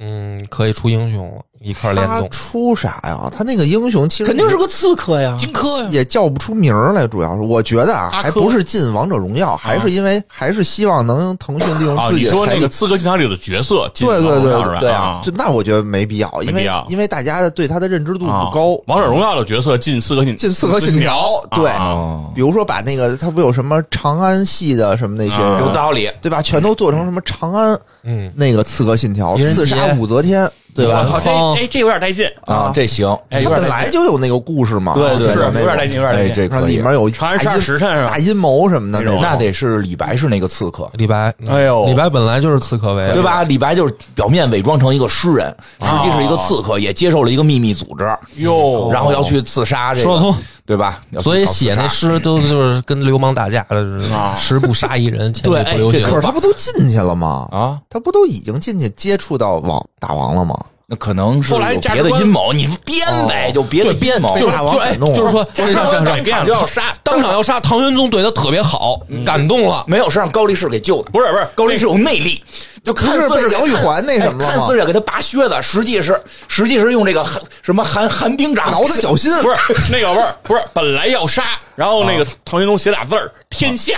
S1: 嗯，可以出英雄了一块儿联
S2: 他
S1: 动。
S2: 出啥呀？他那个英雄其实
S4: 肯定是个刺客呀！
S3: 荆轲呀，
S2: 也叫不出名儿来，主要是我觉得啊，
S3: 阿
S2: 还
S3: 珂
S2: 不是进王者荣耀，还是因为还是希望能腾讯利
S3: 啊
S2: 用，自己
S3: 你
S2: 的
S3: 说
S2: 财
S3: 那
S2: 力
S3: 个《刺客信条》里的角色进
S2: 对
S3: 王
S2: 对
S3: 者荣
S2: 对
S3: 耀
S2: 对
S3: 是吧，
S4: 对啊
S3: 啊
S2: 就那我觉得没必要，因
S3: 没必
S2: 为
S3: 要
S2: 因为大家的对他的认知度
S3: 啊
S2: 嗯不高。
S3: 王者荣耀的角色进刺客信
S2: 进刺客信条
S3: 啊
S2: 对
S3: 啊
S4: 哦，
S2: 比如说把那个他不有什么长安系的什么那些
S3: 啊
S2: 人
S4: 有道理。
S2: 对吧？全都做成什么长安
S1: 嗯，
S2: 那个刺客信条
S1: 狄仁杰
S2: 刺杀武则天，对
S3: 我
S2: 吧？
S3: 操，
S1: 方
S3: 这哎这有点带劲，
S2: 啊
S4: 这行，
S3: 哎
S2: 他
S3: 有点
S2: 本来就有那个故事嘛，
S4: 对对
S2: 吧
S3: 是有
S2: 那
S3: 点带
S2: 种
S3: 劲，有点带
S4: 哎，
S3: 劲。
S4: 这
S2: 然
S4: 可
S2: 后
S4: 以
S2: 里。面有
S3: 长哎安十二时辰是吧
S2: 大？阴谋什么的
S3: 那
S2: 种
S3: 种
S4: 那得是李白是那个刺客，
S1: 李白，嗯
S3: 哎呦
S1: 李白本来就是刺客为，
S4: 对？吧？李白就是表面伪装成一个诗人，实际是一个刺客，也接受了一个秘密组织，
S3: 哟，
S4: 然后要去刺杀这
S1: 说得
S4: 个
S1: 通，
S4: 对吧？要去
S1: 所以
S4: 搞刺
S1: 写那
S4: 杀啊
S1: 诗都就是跟流氓打架的，十步杀一人，千里
S4: 对
S1: 不留
S4: 哎
S1: 行
S4: 这。
S2: 可是他不都进去了吗？
S4: 啊，
S2: 他不都已经进去接触到王大王了吗？
S4: 那可能是
S3: 后来
S4: 有
S3: 价值
S4: 别的
S3: 观
S4: 阴谋，你编呗，就别的阴谋，
S1: 就是
S2: 被大
S1: 就
S2: 王
S1: 是哎，
S2: 感动啊了
S1: 就是说，
S3: 这
S1: 这
S3: 这
S1: 这
S3: 改变了
S1: 要杀，当场要杀。唐玄宗对他特别好，
S2: 嗯
S1: 感动了。
S4: 没有是让高力士给救的，
S3: 不是不是
S4: 高力士有内力，就看
S2: 不
S4: 似
S2: 是被
S4: 给
S2: 姚玉环那什么
S4: 哎
S2: 了吗
S4: 看似是给他拔靴子，实际是实际是用这个寒什么寒寒冰掌
S2: 挠他脚心，
S3: 不是那个不是不是，本来要杀，然后那个唐玄宗写俩字儿“天下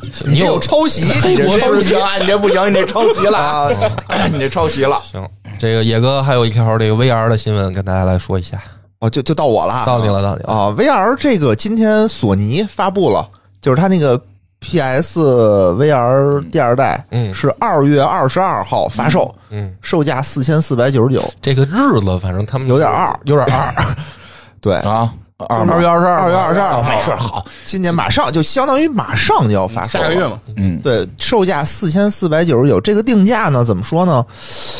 S1: 你
S2: 你有
S1: 有
S2: 抄袭，
S1: 黑
S2: 你这
S1: 国
S2: 是
S1: 抄
S4: 不行啊，你这不行，你这抄袭了啊，你这抄袭了。
S1: 行，这个野哥还有一条这个 VR 的新闻跟大家来说一下，
S2: 哦，就就到我了，
S1: 到你了，到你了。
S2: 啊！VR 这个今天索尼发布了，就是它那个 PS VR 第二代，
S1: 嗯
S2: 是二月二十二号发售，
S1: 嗯，
S2: 售价四千四百九十九，
S1: 这个日子反正他们
S2: 有点二
S1: 有点二。
S2: 对，
S4: 啊，二
S1: 二月二十二，
S2: 二月二十二号
S4: 没事，好，
S2: 今年马上就相当于马上就要”，发售
S3: 下
S2: 了，
S3: 个月嘛，
S4: 嗯，
S2: 对，售价四千四百九十九，这个定价呢，怎么说呢？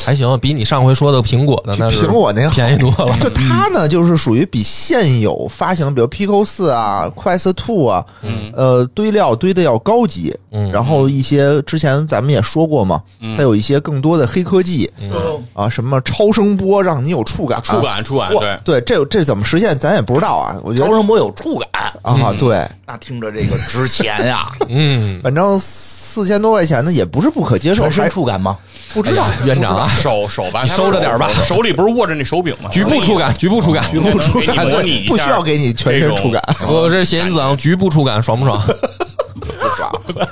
S1: 还行，比你上回说的苹果的那是
S2: 苹果那好
S1: 便宜多 了。
S2: 就它呢，就是属于比现有发行，比如 Pico 四啊、Quest Two 啊，
S3: 嗯
S2: 呃，堆料堆的要高级。
S1: 嗯
S2: 然后一些之前咱们也说过嘛，它有一些更多的黑科技
S4: 嗯
S1: 嗯
S2: 啊，什么超声波让你有触感，啊
S3: 触。感触感，
S4: 哇
S3: 对，
S2: 对，这这怎么实现咱也不知道啊。我觉
S4: 超
S2: 得
S4: 声波有触感，
S2: 啊，对，
S4: 那听着这个值钱 呀，
S1: 嗯，
S2: 反正四千多块钱呢也不是不可接受，
S4: 全身
S2: 还
S4: 触感吗？
S2: 不知道
S1: 哎呀院长啊，
S3: 手手吧，
S1: 你收着点吧
S3: 手里不是握着那手柄吗？哎
S1: 局部触感，局部触感，局
S3: 部触感模拟一下
S2: 不需要给你全身触感。
S1: 我这谐音梗，局部触感爽不 爽
S4: 不爽，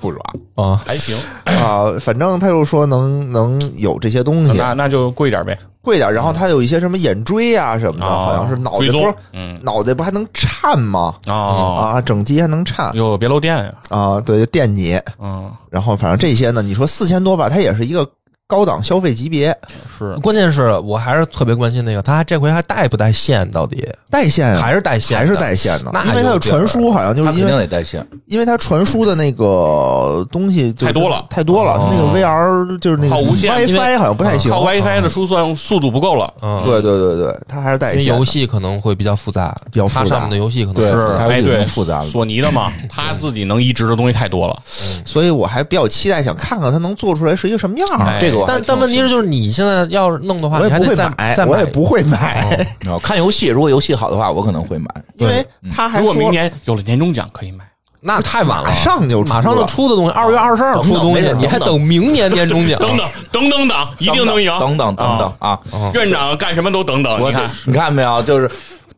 S4: 不爽。
S1: 啊？
S3: 还行，
S2: 啊，反正他就说能能有这些东西，
S3: 那那就贵点呗。
S2: 贵点儿，然后它有一些什么眼锥啊什么的，
S3: 哦
S2: 好像是脑袋
S3: 追
S2: 不
S3: 踪
S2: 是，
S3: 嗯
S2: 脑袋不还能颤吗？
S3: 哦，
S2: 啊，整机还能颤
S3: 哟，别漏电呀，
S2: 啊，对，就电你。
S3: 嗯，
S2: 然后反正这些呢，你说四千多吧，它也是一个高档消费级别，
S3: 是
S1: 关键是我还是特别关心那个，他这回还带不带线？到底
S2: 带线啊
S1: 还是带线？
S2: 还是带线的
S1: 那，
S2: 因为它的传输好像就
S4: 他
S2: 是
S4: 肯
S2: 因
S4: 定
S2: 为
S4: 得带线，
S2: 因为它传输的那个东西就
S3: 太多了
S2: 太多了，
S1: 哦
S2: 它那个 VR 就是那个
S3: 靠无线因为嗯
S2: WiFi 好像不太行。
S3: 靠 WiFi 的输送速度不够了。
S1: 嗯，
S2: 对对对对，它还是带
S1: 因为
S2: 线的
S1: 游戏可能会比较复杂，
S2: 比较复杂
S1: 它上面的游戏可能
S4: 对
S1: 是
S4: 是它
S3: 哎，
S4: 已
S3: 对，
S4: 经复杂了
S3: 索尼的 嘛，他自己能移植的东西太多了。
S2: 所以我还比较期待，想看看它能做出来是一个什么样儿。啊
S3: 哎
S4: 啊这个我还
S1: 但
S4: 挺
S1: 但问题
S4: 有
S1: 是，就是你现在要是弄的话，
S2: 我
S1: 你
S2: 也
S1: 还
S2: 不
S1: 得
S2: 会
S1: 再再
S2: 我也不会
S1: 哦
S2: 买，
S4: 兴趣的，看游戏，如果游戏好的话，我可能会买。
S2: 因为
S1: 嗯
S2: 他还
S3: 如
S2: 说
S3: 果明年有了年终奖，可以买。
S1: 那太晚
S4: 啊
S2: 马上就出
S1: 马上就
S2: 了
S1: 出的东西，二月二十二
S4: 等
S1: 出的东西
S4: 没事，
S1: 你还
S4: 等
S1: 等明年年终奖？
S3: 等等等等等，一定能赢。
S4: 等等等等
S3: 啊，
S4: 啊！
S3: 院长干什么都等等。
S4: 我
S3: 你看
S4: 得，你看没有，就是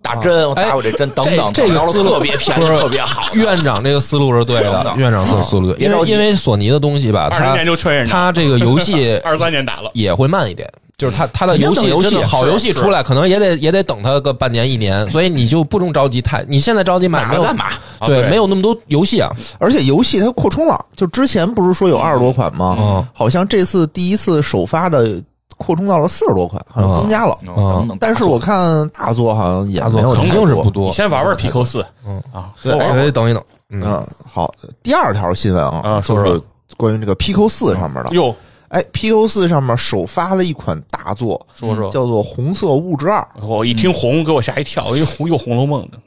S4: 打针，我打我这针，等等，
S1: 啊哎这这个
S4: 等着
S1: 思路
S4: 特别便宜，
S1: 不是
S4: 特别好。
S1: 院长这个思路是对的
S4: 等，
S1: 院长这个思路对，
S4: 别
S1: 因
S4: 着
S1: 为
S4: 急
S1: 因为索尼的东西吧，
S3: 二十
S1: 它
S3: 年就确认了
S1: 它这个游戏
S3: 二三年打了，
S1: 也会慢一点，就是它它的游
S4: 肯
S1: 戏
S4: 定等游戏
S1: 真的好
S4: 是
S1: 游戏出来，可能也得也得等它个半年一年，所以你就不用着急太，你现在着急买
S4: 买
S1: 没
S4: 了
S1: 有
S4: 干嘛？
S3: 啊
S1: 对，
S3: 对
S1: 没有那么多游戏啊，
S2: 而且游戏它扩充了，就之前不是说有二十多款吗？
S1: 嗯
S2: 好像这次第一次首发的扩充到了四十多款，好像增加了。
S3: 哦
S1: 嗯
S4: 哦等等，
S2: 但是我看大作好像也
S1: 大作
S2: 没有
S1: 肯
S2: 太
S1: 定是不多
S3: 你。先玩玩 Pico 四，嗯啊，
S2: 对哎
S3: 我玩
S1: 得等一等，嗯，
S2: 嗯，好，第二条新闻啊，
S3: 啊说
S2: 就
S3: 说
S2: 是关于这个 Pico 四上面的。
S3: 哟，
S2: 哎，Pico 四上面首发了一款大作，
S3: 说说
S2: 叫做《红色物质二
S3: 我一听红给我吓一跳，又红又红楼梦的，》，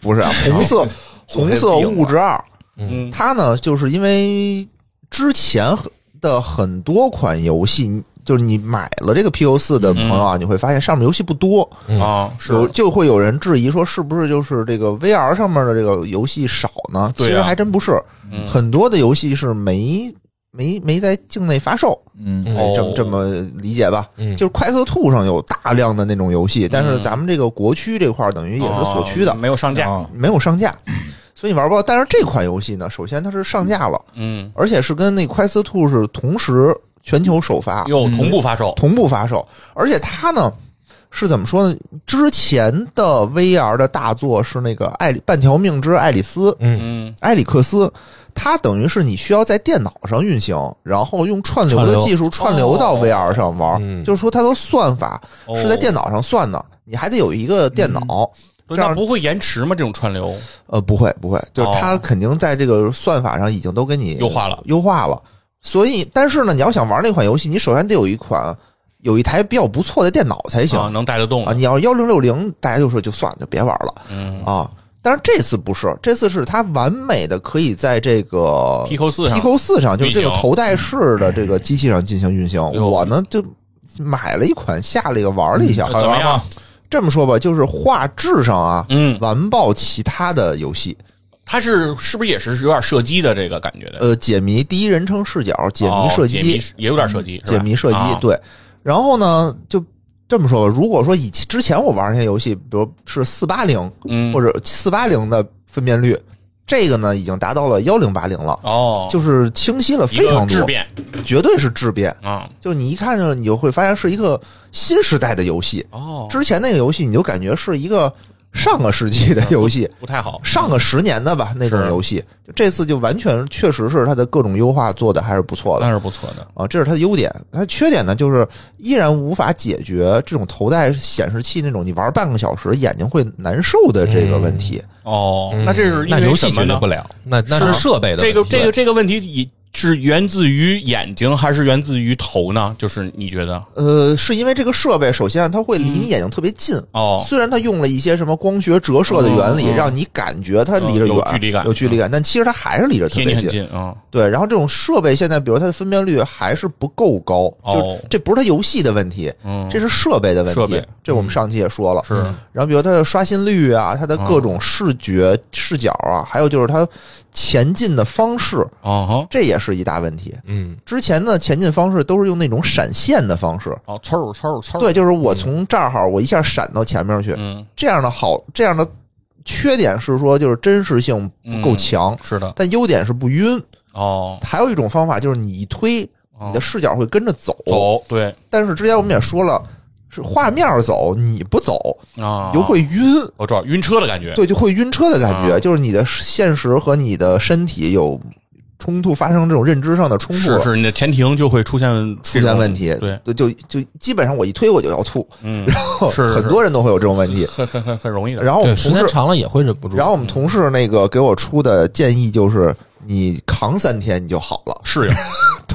S2: 不是啊，红色
S3: 昨
S2: 红
S3: 天
S2: 色物质二，
S3: 嗯
S2: 它呢，就是因为之前的很多款游戏，就是你买了这个 PO 四的朋友啊，你会发现上面游戏不多，
S3: 啊，嗯是
S2: 嗯有就会有人质疑说，是不是就是这个 VR 上面的这个游戏少呢？其
S3: 对啊
S2: 实还真不是，
S3: 嗯
S2: 很多的游戏是没没没在境内发售，
S4: 嗯
S2: 哎，这么
S3: 哦
S2: 这么理解吧？
S1: 嗯
S2: 就是快速兔上有大量的那种游
S3: 嗯
S2: 戏，但是咱们这个国区这块儿等于也是所趋的
S3: 啊，没有上架，
S4: 啊
S2: 没有上架。所以你玩不到，但是这款游戏呢，首先它是上架了，
S3: 嗯，
S2: 而且是跟那《快思兔》是同时全球首发、
S3: 又同
S2: 嗯
S3: 步发售，
S2: 同步发售，而且它呢是怎么说呢？之前的 VR 的大作是那个《艾里半条命之爱丽丝》，
S3: 嗯
S2: 埃里克斯，它等于是你需要在电脑上运行，然后用串流
S1: 串
S2: 的
S1: 流
S2: 技术串流到
S3: 哦
S2: VR 上玩，
S1: 嗯
S2: 就是说它的算法
S3: 哦
S2: 是在电脑上算的，你还得有一个电脑。
S3: 不是
S2: 这样
S3: 那不会延迟吗？这种串流
S2: 呃，不会不会，就是
S3: 哦
S2: 它肯定在这个算法上已经都给你
S3: 优化了
S2: 优化了。所以，但是呢，你要想玩那款游戏，你首先得有一款有一台比较不错的电脑才行
S3: 啊，能带得动
S2: 啊。你要幺零六零，大家就说就算了，就别玩了
S3: 嗯
S2: 啊。但是这次不是，这次是它完美的可以在这个
S3: Pico 四上
S2: 呃 Pico 四上，就是这个
S3: 运行嗯
S2: 头戴式的这个机器上进行运行。
S3: 呦
S2: 我呢就买了一款，下了一个玩了一下。
S3: 嗯怎么样？
S2: 这么说吧，就是画质上啊，
S3: 嗯，
S2: 完爆其他的游戏。
S3: 它是是不是也是有点射击的这个感觉的？
S2: 呃，解谜第一人称视角，解
S3: 哦
S2: 谜射
S3: 解谜
S2: 击，嗯
S3: 也有点射击，是吧
S2: 解谜射击，
S3: 啊
S2: 对。然后呢，就这么说吧，如果说以前之前我玩那些游戏，比如是四八零
S3: 嗯
S2: 或者四八零的分辨率，这个呢已经达到了幺零八零了，
S3: 哦，
S2: 就是清晰了
S3: 一
S2: 非
S3: 个
S2: 常
S3: 质
S2: 多，
S3: 变
S2: 绝对是质变。
S3: 啊，
S2: 就你一看就你就会发现是一个新时代的游戏，
S3: 哦，
S2: 之前那个游戏你就感觉是一个上个世纪的游戏，
S3: 不太好，
S2: 上个十年的吧那种
S3: 嗯是
S2: 游戏，就这次就完全确实是它的各种优化做的还是不错的
S3: 那是不错的，
S2: 啊，这是它的优点。它缺点呢就是依然无法解决这种头戴显示器那种你玩半个小时眼睛会难受的这个问题。
S3: 哦，
S1: 嗯
S3: 那这是因
S1: 那
S3: 为
S1: 游戏
S3: 什么
S1: 解决
S3: 呢
S1: 不？了，那那
S3: 是
S1: 是设备的
S3: 这个
S1: 问题嗯
S3: 这个这个问题也是源自于眼睛还是源自于头呢？就是你觉得
S2: 呃，是因为这个设备首先它会离你眼睛特别近。
S3: 嗯哦，
S2: 虽然它用了一些什么光学折射的原理，让你感觉它离着
S3: 嗯
S2: 远、
S3: 有距离感
S2: 有距离感，但其实它还是离着特
S3: 贴你
S2: 别
S3: 很
S2: 近。
S3: 近啊，
S2: 对，然后这种设备现在，比如它的分辨率还是不够高，
S3: 哦
S2: 就这不是它游戏的问题，
S3: 嗯
S2: 这是设备的问
S3: 设
S2: 题
S3: 备。嗯
S2: 这我们上期也说了，
S3: 是
S2: 然后比如它的刷新率啊，它的各种视觉、视角啊，还有就是它前进的方式，
S3: 哦哈，
S2: 这也是一大问题。
S1: 嗯
S2: 之前的前进方式都是用那种闪现的方式，
S3: 哦，嗖嗖嗖，
S2: 对，，就是我从这儿哈，我一下闪到前面去，
S3: 嗯，
S2: 这样的好，这样的缺点是说就是真实性不
S3: 嗯
S2: 够强，
S3: 是的，
S2: 但优点是不晕。
S3: 哦，
S2: 还有一种方法就是你一推，你的视角会跟着走。
S3: 走，对
S2: 但是之前我们也说了，是画面走，你不走，
S3: 啊，
S2: 有会晕，
S3: 我知道晕车的感觉，
S2: 对，就会晕车的感觉，
S3: 啊
S2: 就是你的现实和你的身体有冲突，发生这种认知上的冲突
S3: 是。是，你的前庭就会出现
S2: 出
S3: 出
S2: 现问题，
S3: 对，
S2: 就就就基本上我一推我就要吐，
S3: 嗯，是
S2: 很多人都会有这种问题。
S3: 很很很很容易的，
S2: 然后我
S1: 对
S2: 们
S1: 时
S2: 同
S1: 间
S2: 事
S1: 长了也会忍不住。
S2: 然后我们同事那个给我出的建议就是，你扛三天你就好了，
S3: 适应啊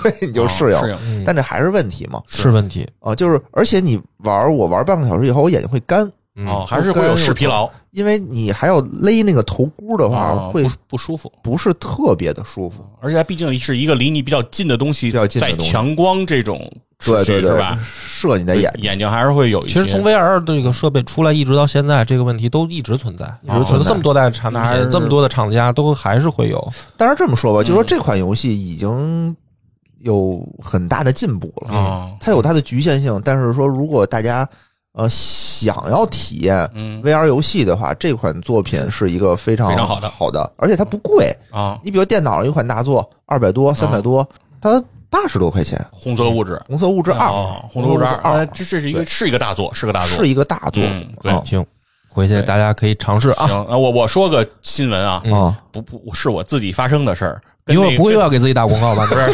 S2: 对，你就适
S3: 适
S2: 应。
S3: 应，
S1: 嗯
S2: 但这还是问题嘛？
S1: 是问题，
S2: 啊，就是而且你玩儿我玩儿半个小时以后，我眼睛会干，
S1: 嗯
S3: 哦，还是会有视疲劳
S2: 因为你还要勒那个头箍的话，
S3: 啊，
S2: 会
S3: 不不舒服。
S2: 不是特别的舒服。
S3: 而且它毕竟是一个离你比较近的东西，
S2: 比较近的
S3: 在
S2: 东西
S3: 强光这种持
S2: 对
S3: 续
S2: 对对
S3: 是吧，？
S2: 射你的眼睛，
S3: 眼睛还是会有一
S1: 其
S3: 些。
S1: 实从 VR 这个设备出来一直到现在，这个问题都一直哦存在，一
S2: 直存在
S1: 这么多代产
S3: 那还是
S1: 品，这么多的厂家都还是会有。
S2: 当然这么说吧，
S3: 嗯
S2: 就说这款游戏已经有很大的进步了，
S3: 啊
S2: 它有它的局限性，但是说如果大家呃想要体验
S3: 嗯
S2: VR 游戏的话，这款作品是一个非常
S3: 非常好的
S2: 好的，而且它不贵。
S3: 啊嗯
S2: 你比如电脑上有一款大作，二百多、三百多，它八十多块钱，
S3: 红色物质
S2: 《红色物质二》
S3: 啊，红色物质
S2: 二》
S3: 啊，这这是一个是一个大作，是个大作，
S2: 是一个大作，
S3: 嗯对
S2: 啊
S1: 行，回去大家可以尝试啊。嗯
S3: 行，那我我说个新闻啊，
S1: 哦
S2: 啊
S3: 不不是我自己发生的事儿，跟
S1: 因
S3: 那
S1: 为
S3: 个
S1: 不会又要给自己打广告吧？
S3: 不是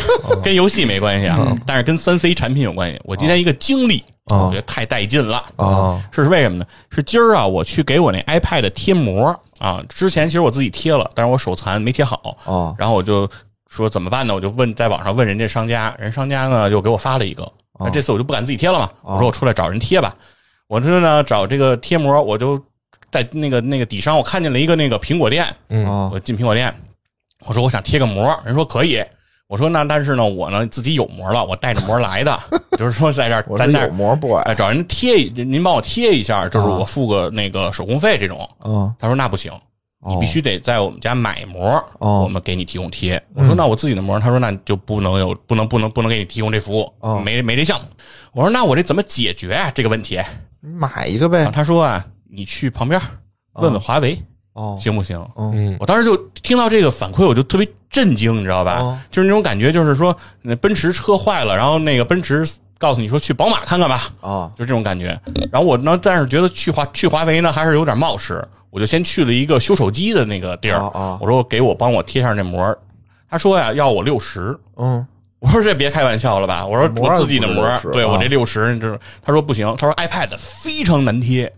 S3: 跟游戏没关系啊，但是跟三 C 产品有关系。我今天一个经历，
S1: 哦
S3: 我觉得太带劲了。
S1: 啊，
S3: 这是为什么呢？是今儿啊，我去给我那 iPad 贴膜啊，之前其实我自己贴了，但是我手残没贴好，
S2: 啊
S3: 然后我就说怎么办呢？我就问在网上问人家商家，人商家呢就给我发了一个，那这次我就不敢自己贴了嘛，我说我出来找人贴吧。我这呢找这个贴膜，我就在那个那个底商，我看见了一个那个苹果店，
S1: 嗯
S2: 啊
S3: 我进苹果店，我说我想贴个膜，人说可以。我说那但是呢，我呢自己有膜了，我带着膜来的， 就是说在这儿
S2: 我
S3: 在
S2: 这
S3: 那
S2: 有
S3: 儿
S2: 膜啊 boy
S3: 哎，找人贴一，您帮我贴一下，就是我付个那个手工费这种。
S2: 啊
S3: 他说那不行，你必须得在我们家买膜，
S2: 哦
S3: 我们给你提供贴。我说那我自己的膜，他说那就不能有，不能不能不能给你提供这服务，
S2: 哦
S3: 没没这项目。我说那我这怎么解决啊这个问题？
S2: 你买一个呗
S3: 啊他说啊，你去旁边问问华为
S2: 哦
S3: 行不行？
S1: 嗯
S3: 我当时就听到这个反馈，我就特别震惊，你知道吧？
S2: 哦
S3: 就是那种感觉，就是说那奔驰车坏了，然后那个奔驰告诉你说去宝马看看吧。
S2: 啊
S3: 就这种感觉。然后我呢，但是觉得去华去华为呢还是有点冒失，我就先去了一个修手机的那个地儿。
S2: 哦哦
S3: 我说给我帮我贴上这膜儿，他说呀要我六十。
S2: 嗯
S3: 我说这别开玩笑了吧？我说
S2: 膜儿
S3: 我自己的膜儿，
S2: 不是60
S3: 对我
S2: 啊
S3: 这六十，你知道？他说不行，他说 iPad 非常难贴，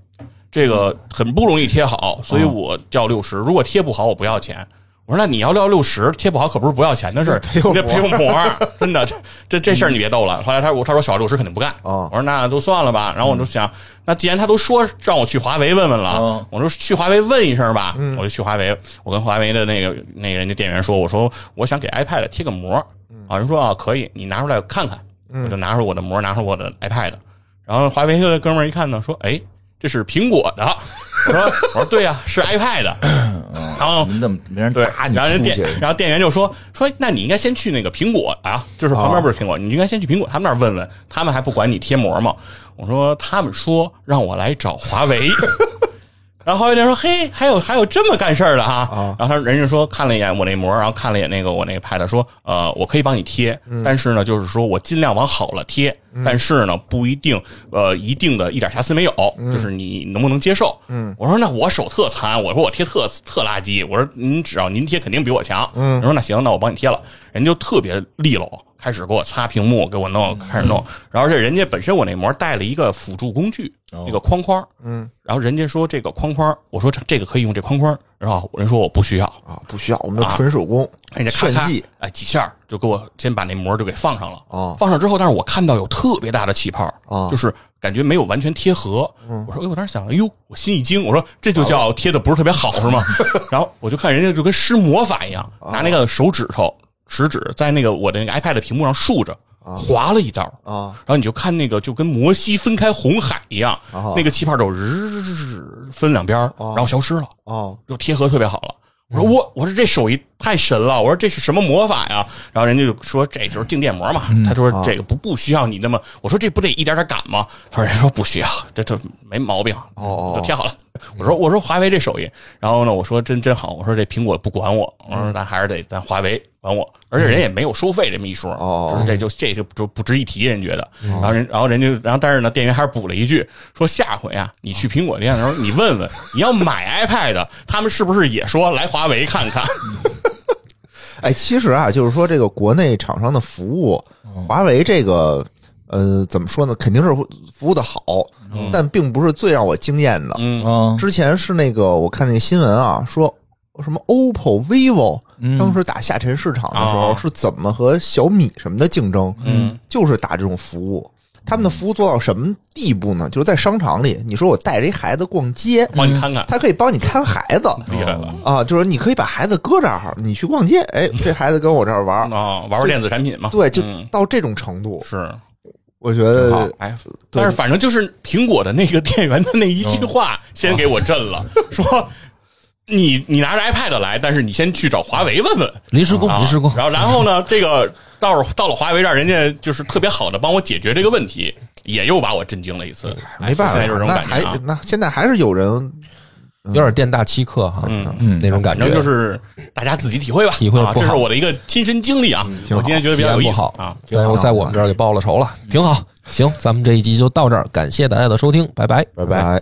S3: 这个很不容易贴好，所以我要六十。如果贴不好，我不要钱。我说那你要要六十，贴不好可不是不要钱的事儿，
S2: 你
S3: 你
S2: 得
S3: 得
S2: 赔
S3: 赔
S2: 我
S3: 我膜儿，真的，这这这事儿你别逗了。后来他我他说小六十肯定不干，
S2: 哦
S3: 我说那就算了吧。然后我就想，那既然他都说让我去华为问问了
S4: 嗯，
S3: 啊我说去华为问一声吧，我就去华为，我跟华为的那个那个人家店员说，我说我想给 iPad 贴个膜，
S4: 嗯
S3: 啊，人说啊可以，你拿出来看看，我就拿出我的膜，拿出我的 iPad，然后华为的哥们儿一看呢，说哎这是苹果的，我说我说对呀、啊是 iPad，然后
S4: 你怎么没人
S3: 对，
S4: 打嗯你
S3: 然后人
S4: 出
S3: 店
S4: 去？，
S3: 然后店员就说说，那你应该先去那个苹果啊，就是旁边不是苹果，你应该先去苹果他们那儿问问，他们还不管你贴膜吗？我说他们说让我来找华为，然后华为店说嘿，还有还有这么干事儿的哈、
S2: 啊
S3: 然后他人家说看了一眼我那膜，然后看了一眼那个我那个 pad，说呃，我可以帮你贴，但是呢，就是说我尽量往好了贴，但是呢，不一定呃一定的一点瑕疵没有，就是你能不能接受？嗯，我说那我手特残，我说我贴特特垃圾，我说您只要您贴肯定比我强，嗯，人说那行，那我帮你贴了，人就特别利落。开始给我擦屏幕，给我弄，开始弄。然后这人家本身我那膜带了一个辅助工具，那个框框，嗯。然后人家说这个框框，我说这这个可以用这框框，然后人说我不需要，
S2: 啊不需要，我们纯手工
S3: 人家咔
S2: 炫
S3: 咔
S2: 技
S3: 哎几下儿就给我先把那膜就给放上了。
S2: 哦
S3: 放上之后，但是我看到有特别大的气泡，
S2: 哦嗯
S3: 就是感觉没有完全贴合。我说，哎，我当时想，哎呦，我心一惊，我说这
S2: 哦
S3: 就叫贴的不是特别好是 吗？然后我就看人家就跟施魔法一样，
S2: 哦
S3: 拿那个手指头食指在那个我的那个 iPad 的屏幕上竖着
S2: 哦
S3: 划了一道，
S2: 啊
S3: 然后你就看那个就跟摩西分开红海一样
S2: 哦，
S3: 那个气泡就日分两边儿，然后消失了。
S2: 哦
S3: 就贴合特别好了。我说我我说这手艺太神了，我说这是什么魔法呀？然后人家就说这就是静电膜嘛，他说
S2: 啊
S3: 这个不不需要你那么，我说这不得一点点擀吗？他说人家说不需要，这这没毛病，
S2: 哦哦
S3: 就贴好了。我说我说华为这手艺，然后呢我说真真好，我说这苹果不管我，我说咱还是得咱华为管我，而且人也没有收费这么一说，
S2: 嗯哦
S3: 就是这就这就就不值一提，人觉得。然后人然后人就然后但是呢，店员还是补了一句说下回啊，你去苹果店的时候你问问你要买 iPad，他们是不是也说来华为看 看？
S2: 哎，其实啊，就是说这个国内厂商的服务，华为这个呃，怎么说呢？肯定是服务的好，但并不是最让我惊艳的。
S3: 嗯
S4: 嗯，
S2: 之前是那个我看那个新闻啊，说什么 OPPO、vivo，当时打下沉市场的时候
S3: 哦
S2: 是怎么和小米什么的竞争？嗯，就是打这种服务。他们的服务做到什么地步呢？就是在商场里，你说我带着一孩子逛街，
S3: 帮你看看，
S2: 他可以帮你看孩子。
S3: 厉害了
S2: 啊，就是你可以把孩子搁这儿，你去逛街，哎，这孩子跟我这儿玩儿，
S3: 啊！玩玩电子产品嘛，
S2: 对，就
S3: 嗯
S2: 到这种程度，
S3: 是
S2: 我觉
S3: 好
S2: 得，
S3: 哎，
S2: 对哦
S3: 但是反正就是苹果的那个店员的那一句话，先给我震 了，说你你拿着 iPad 来，但是你先去找华为问问，
S1: 临时工，
S3: 啊
S1: 临时工，
S3: 然后然后呢，这个到到了华为这儿，人家就是特别好的帮我解决这个问题，也又把我震惊了一次。
S2: 没办
S3: 哎现在就是这
S2: 法，
S3: 种
S2: 那
S3: 感觉
S2: 还
S3: 啊。
S2: 那现在还是有人
S1: 有点店大欺客哈，
S3: 嗯
S4: 嗯
S1: 那种感
S3: 反
S1: 觉
S3: 正就是大家自己体会吧，
S1: 体会
S3: 啊，
S1: 不
S3: 这
S1: 好
S3: 是我的一个亲身经历啊，
S2: 挺
S3: 我
S2: 好
S3: 今天觉得比
S1: 体验
S3: 较有
S1: 不
S3: 意思
S1: 好
S3: 啊。嗯
S1: 在
S2: 挺好
S1: 在我们这儿给报了仇了，挺好。行，咱们这一集就到这儿，感谢大家的收听，拜拜。
S2: 拜拜。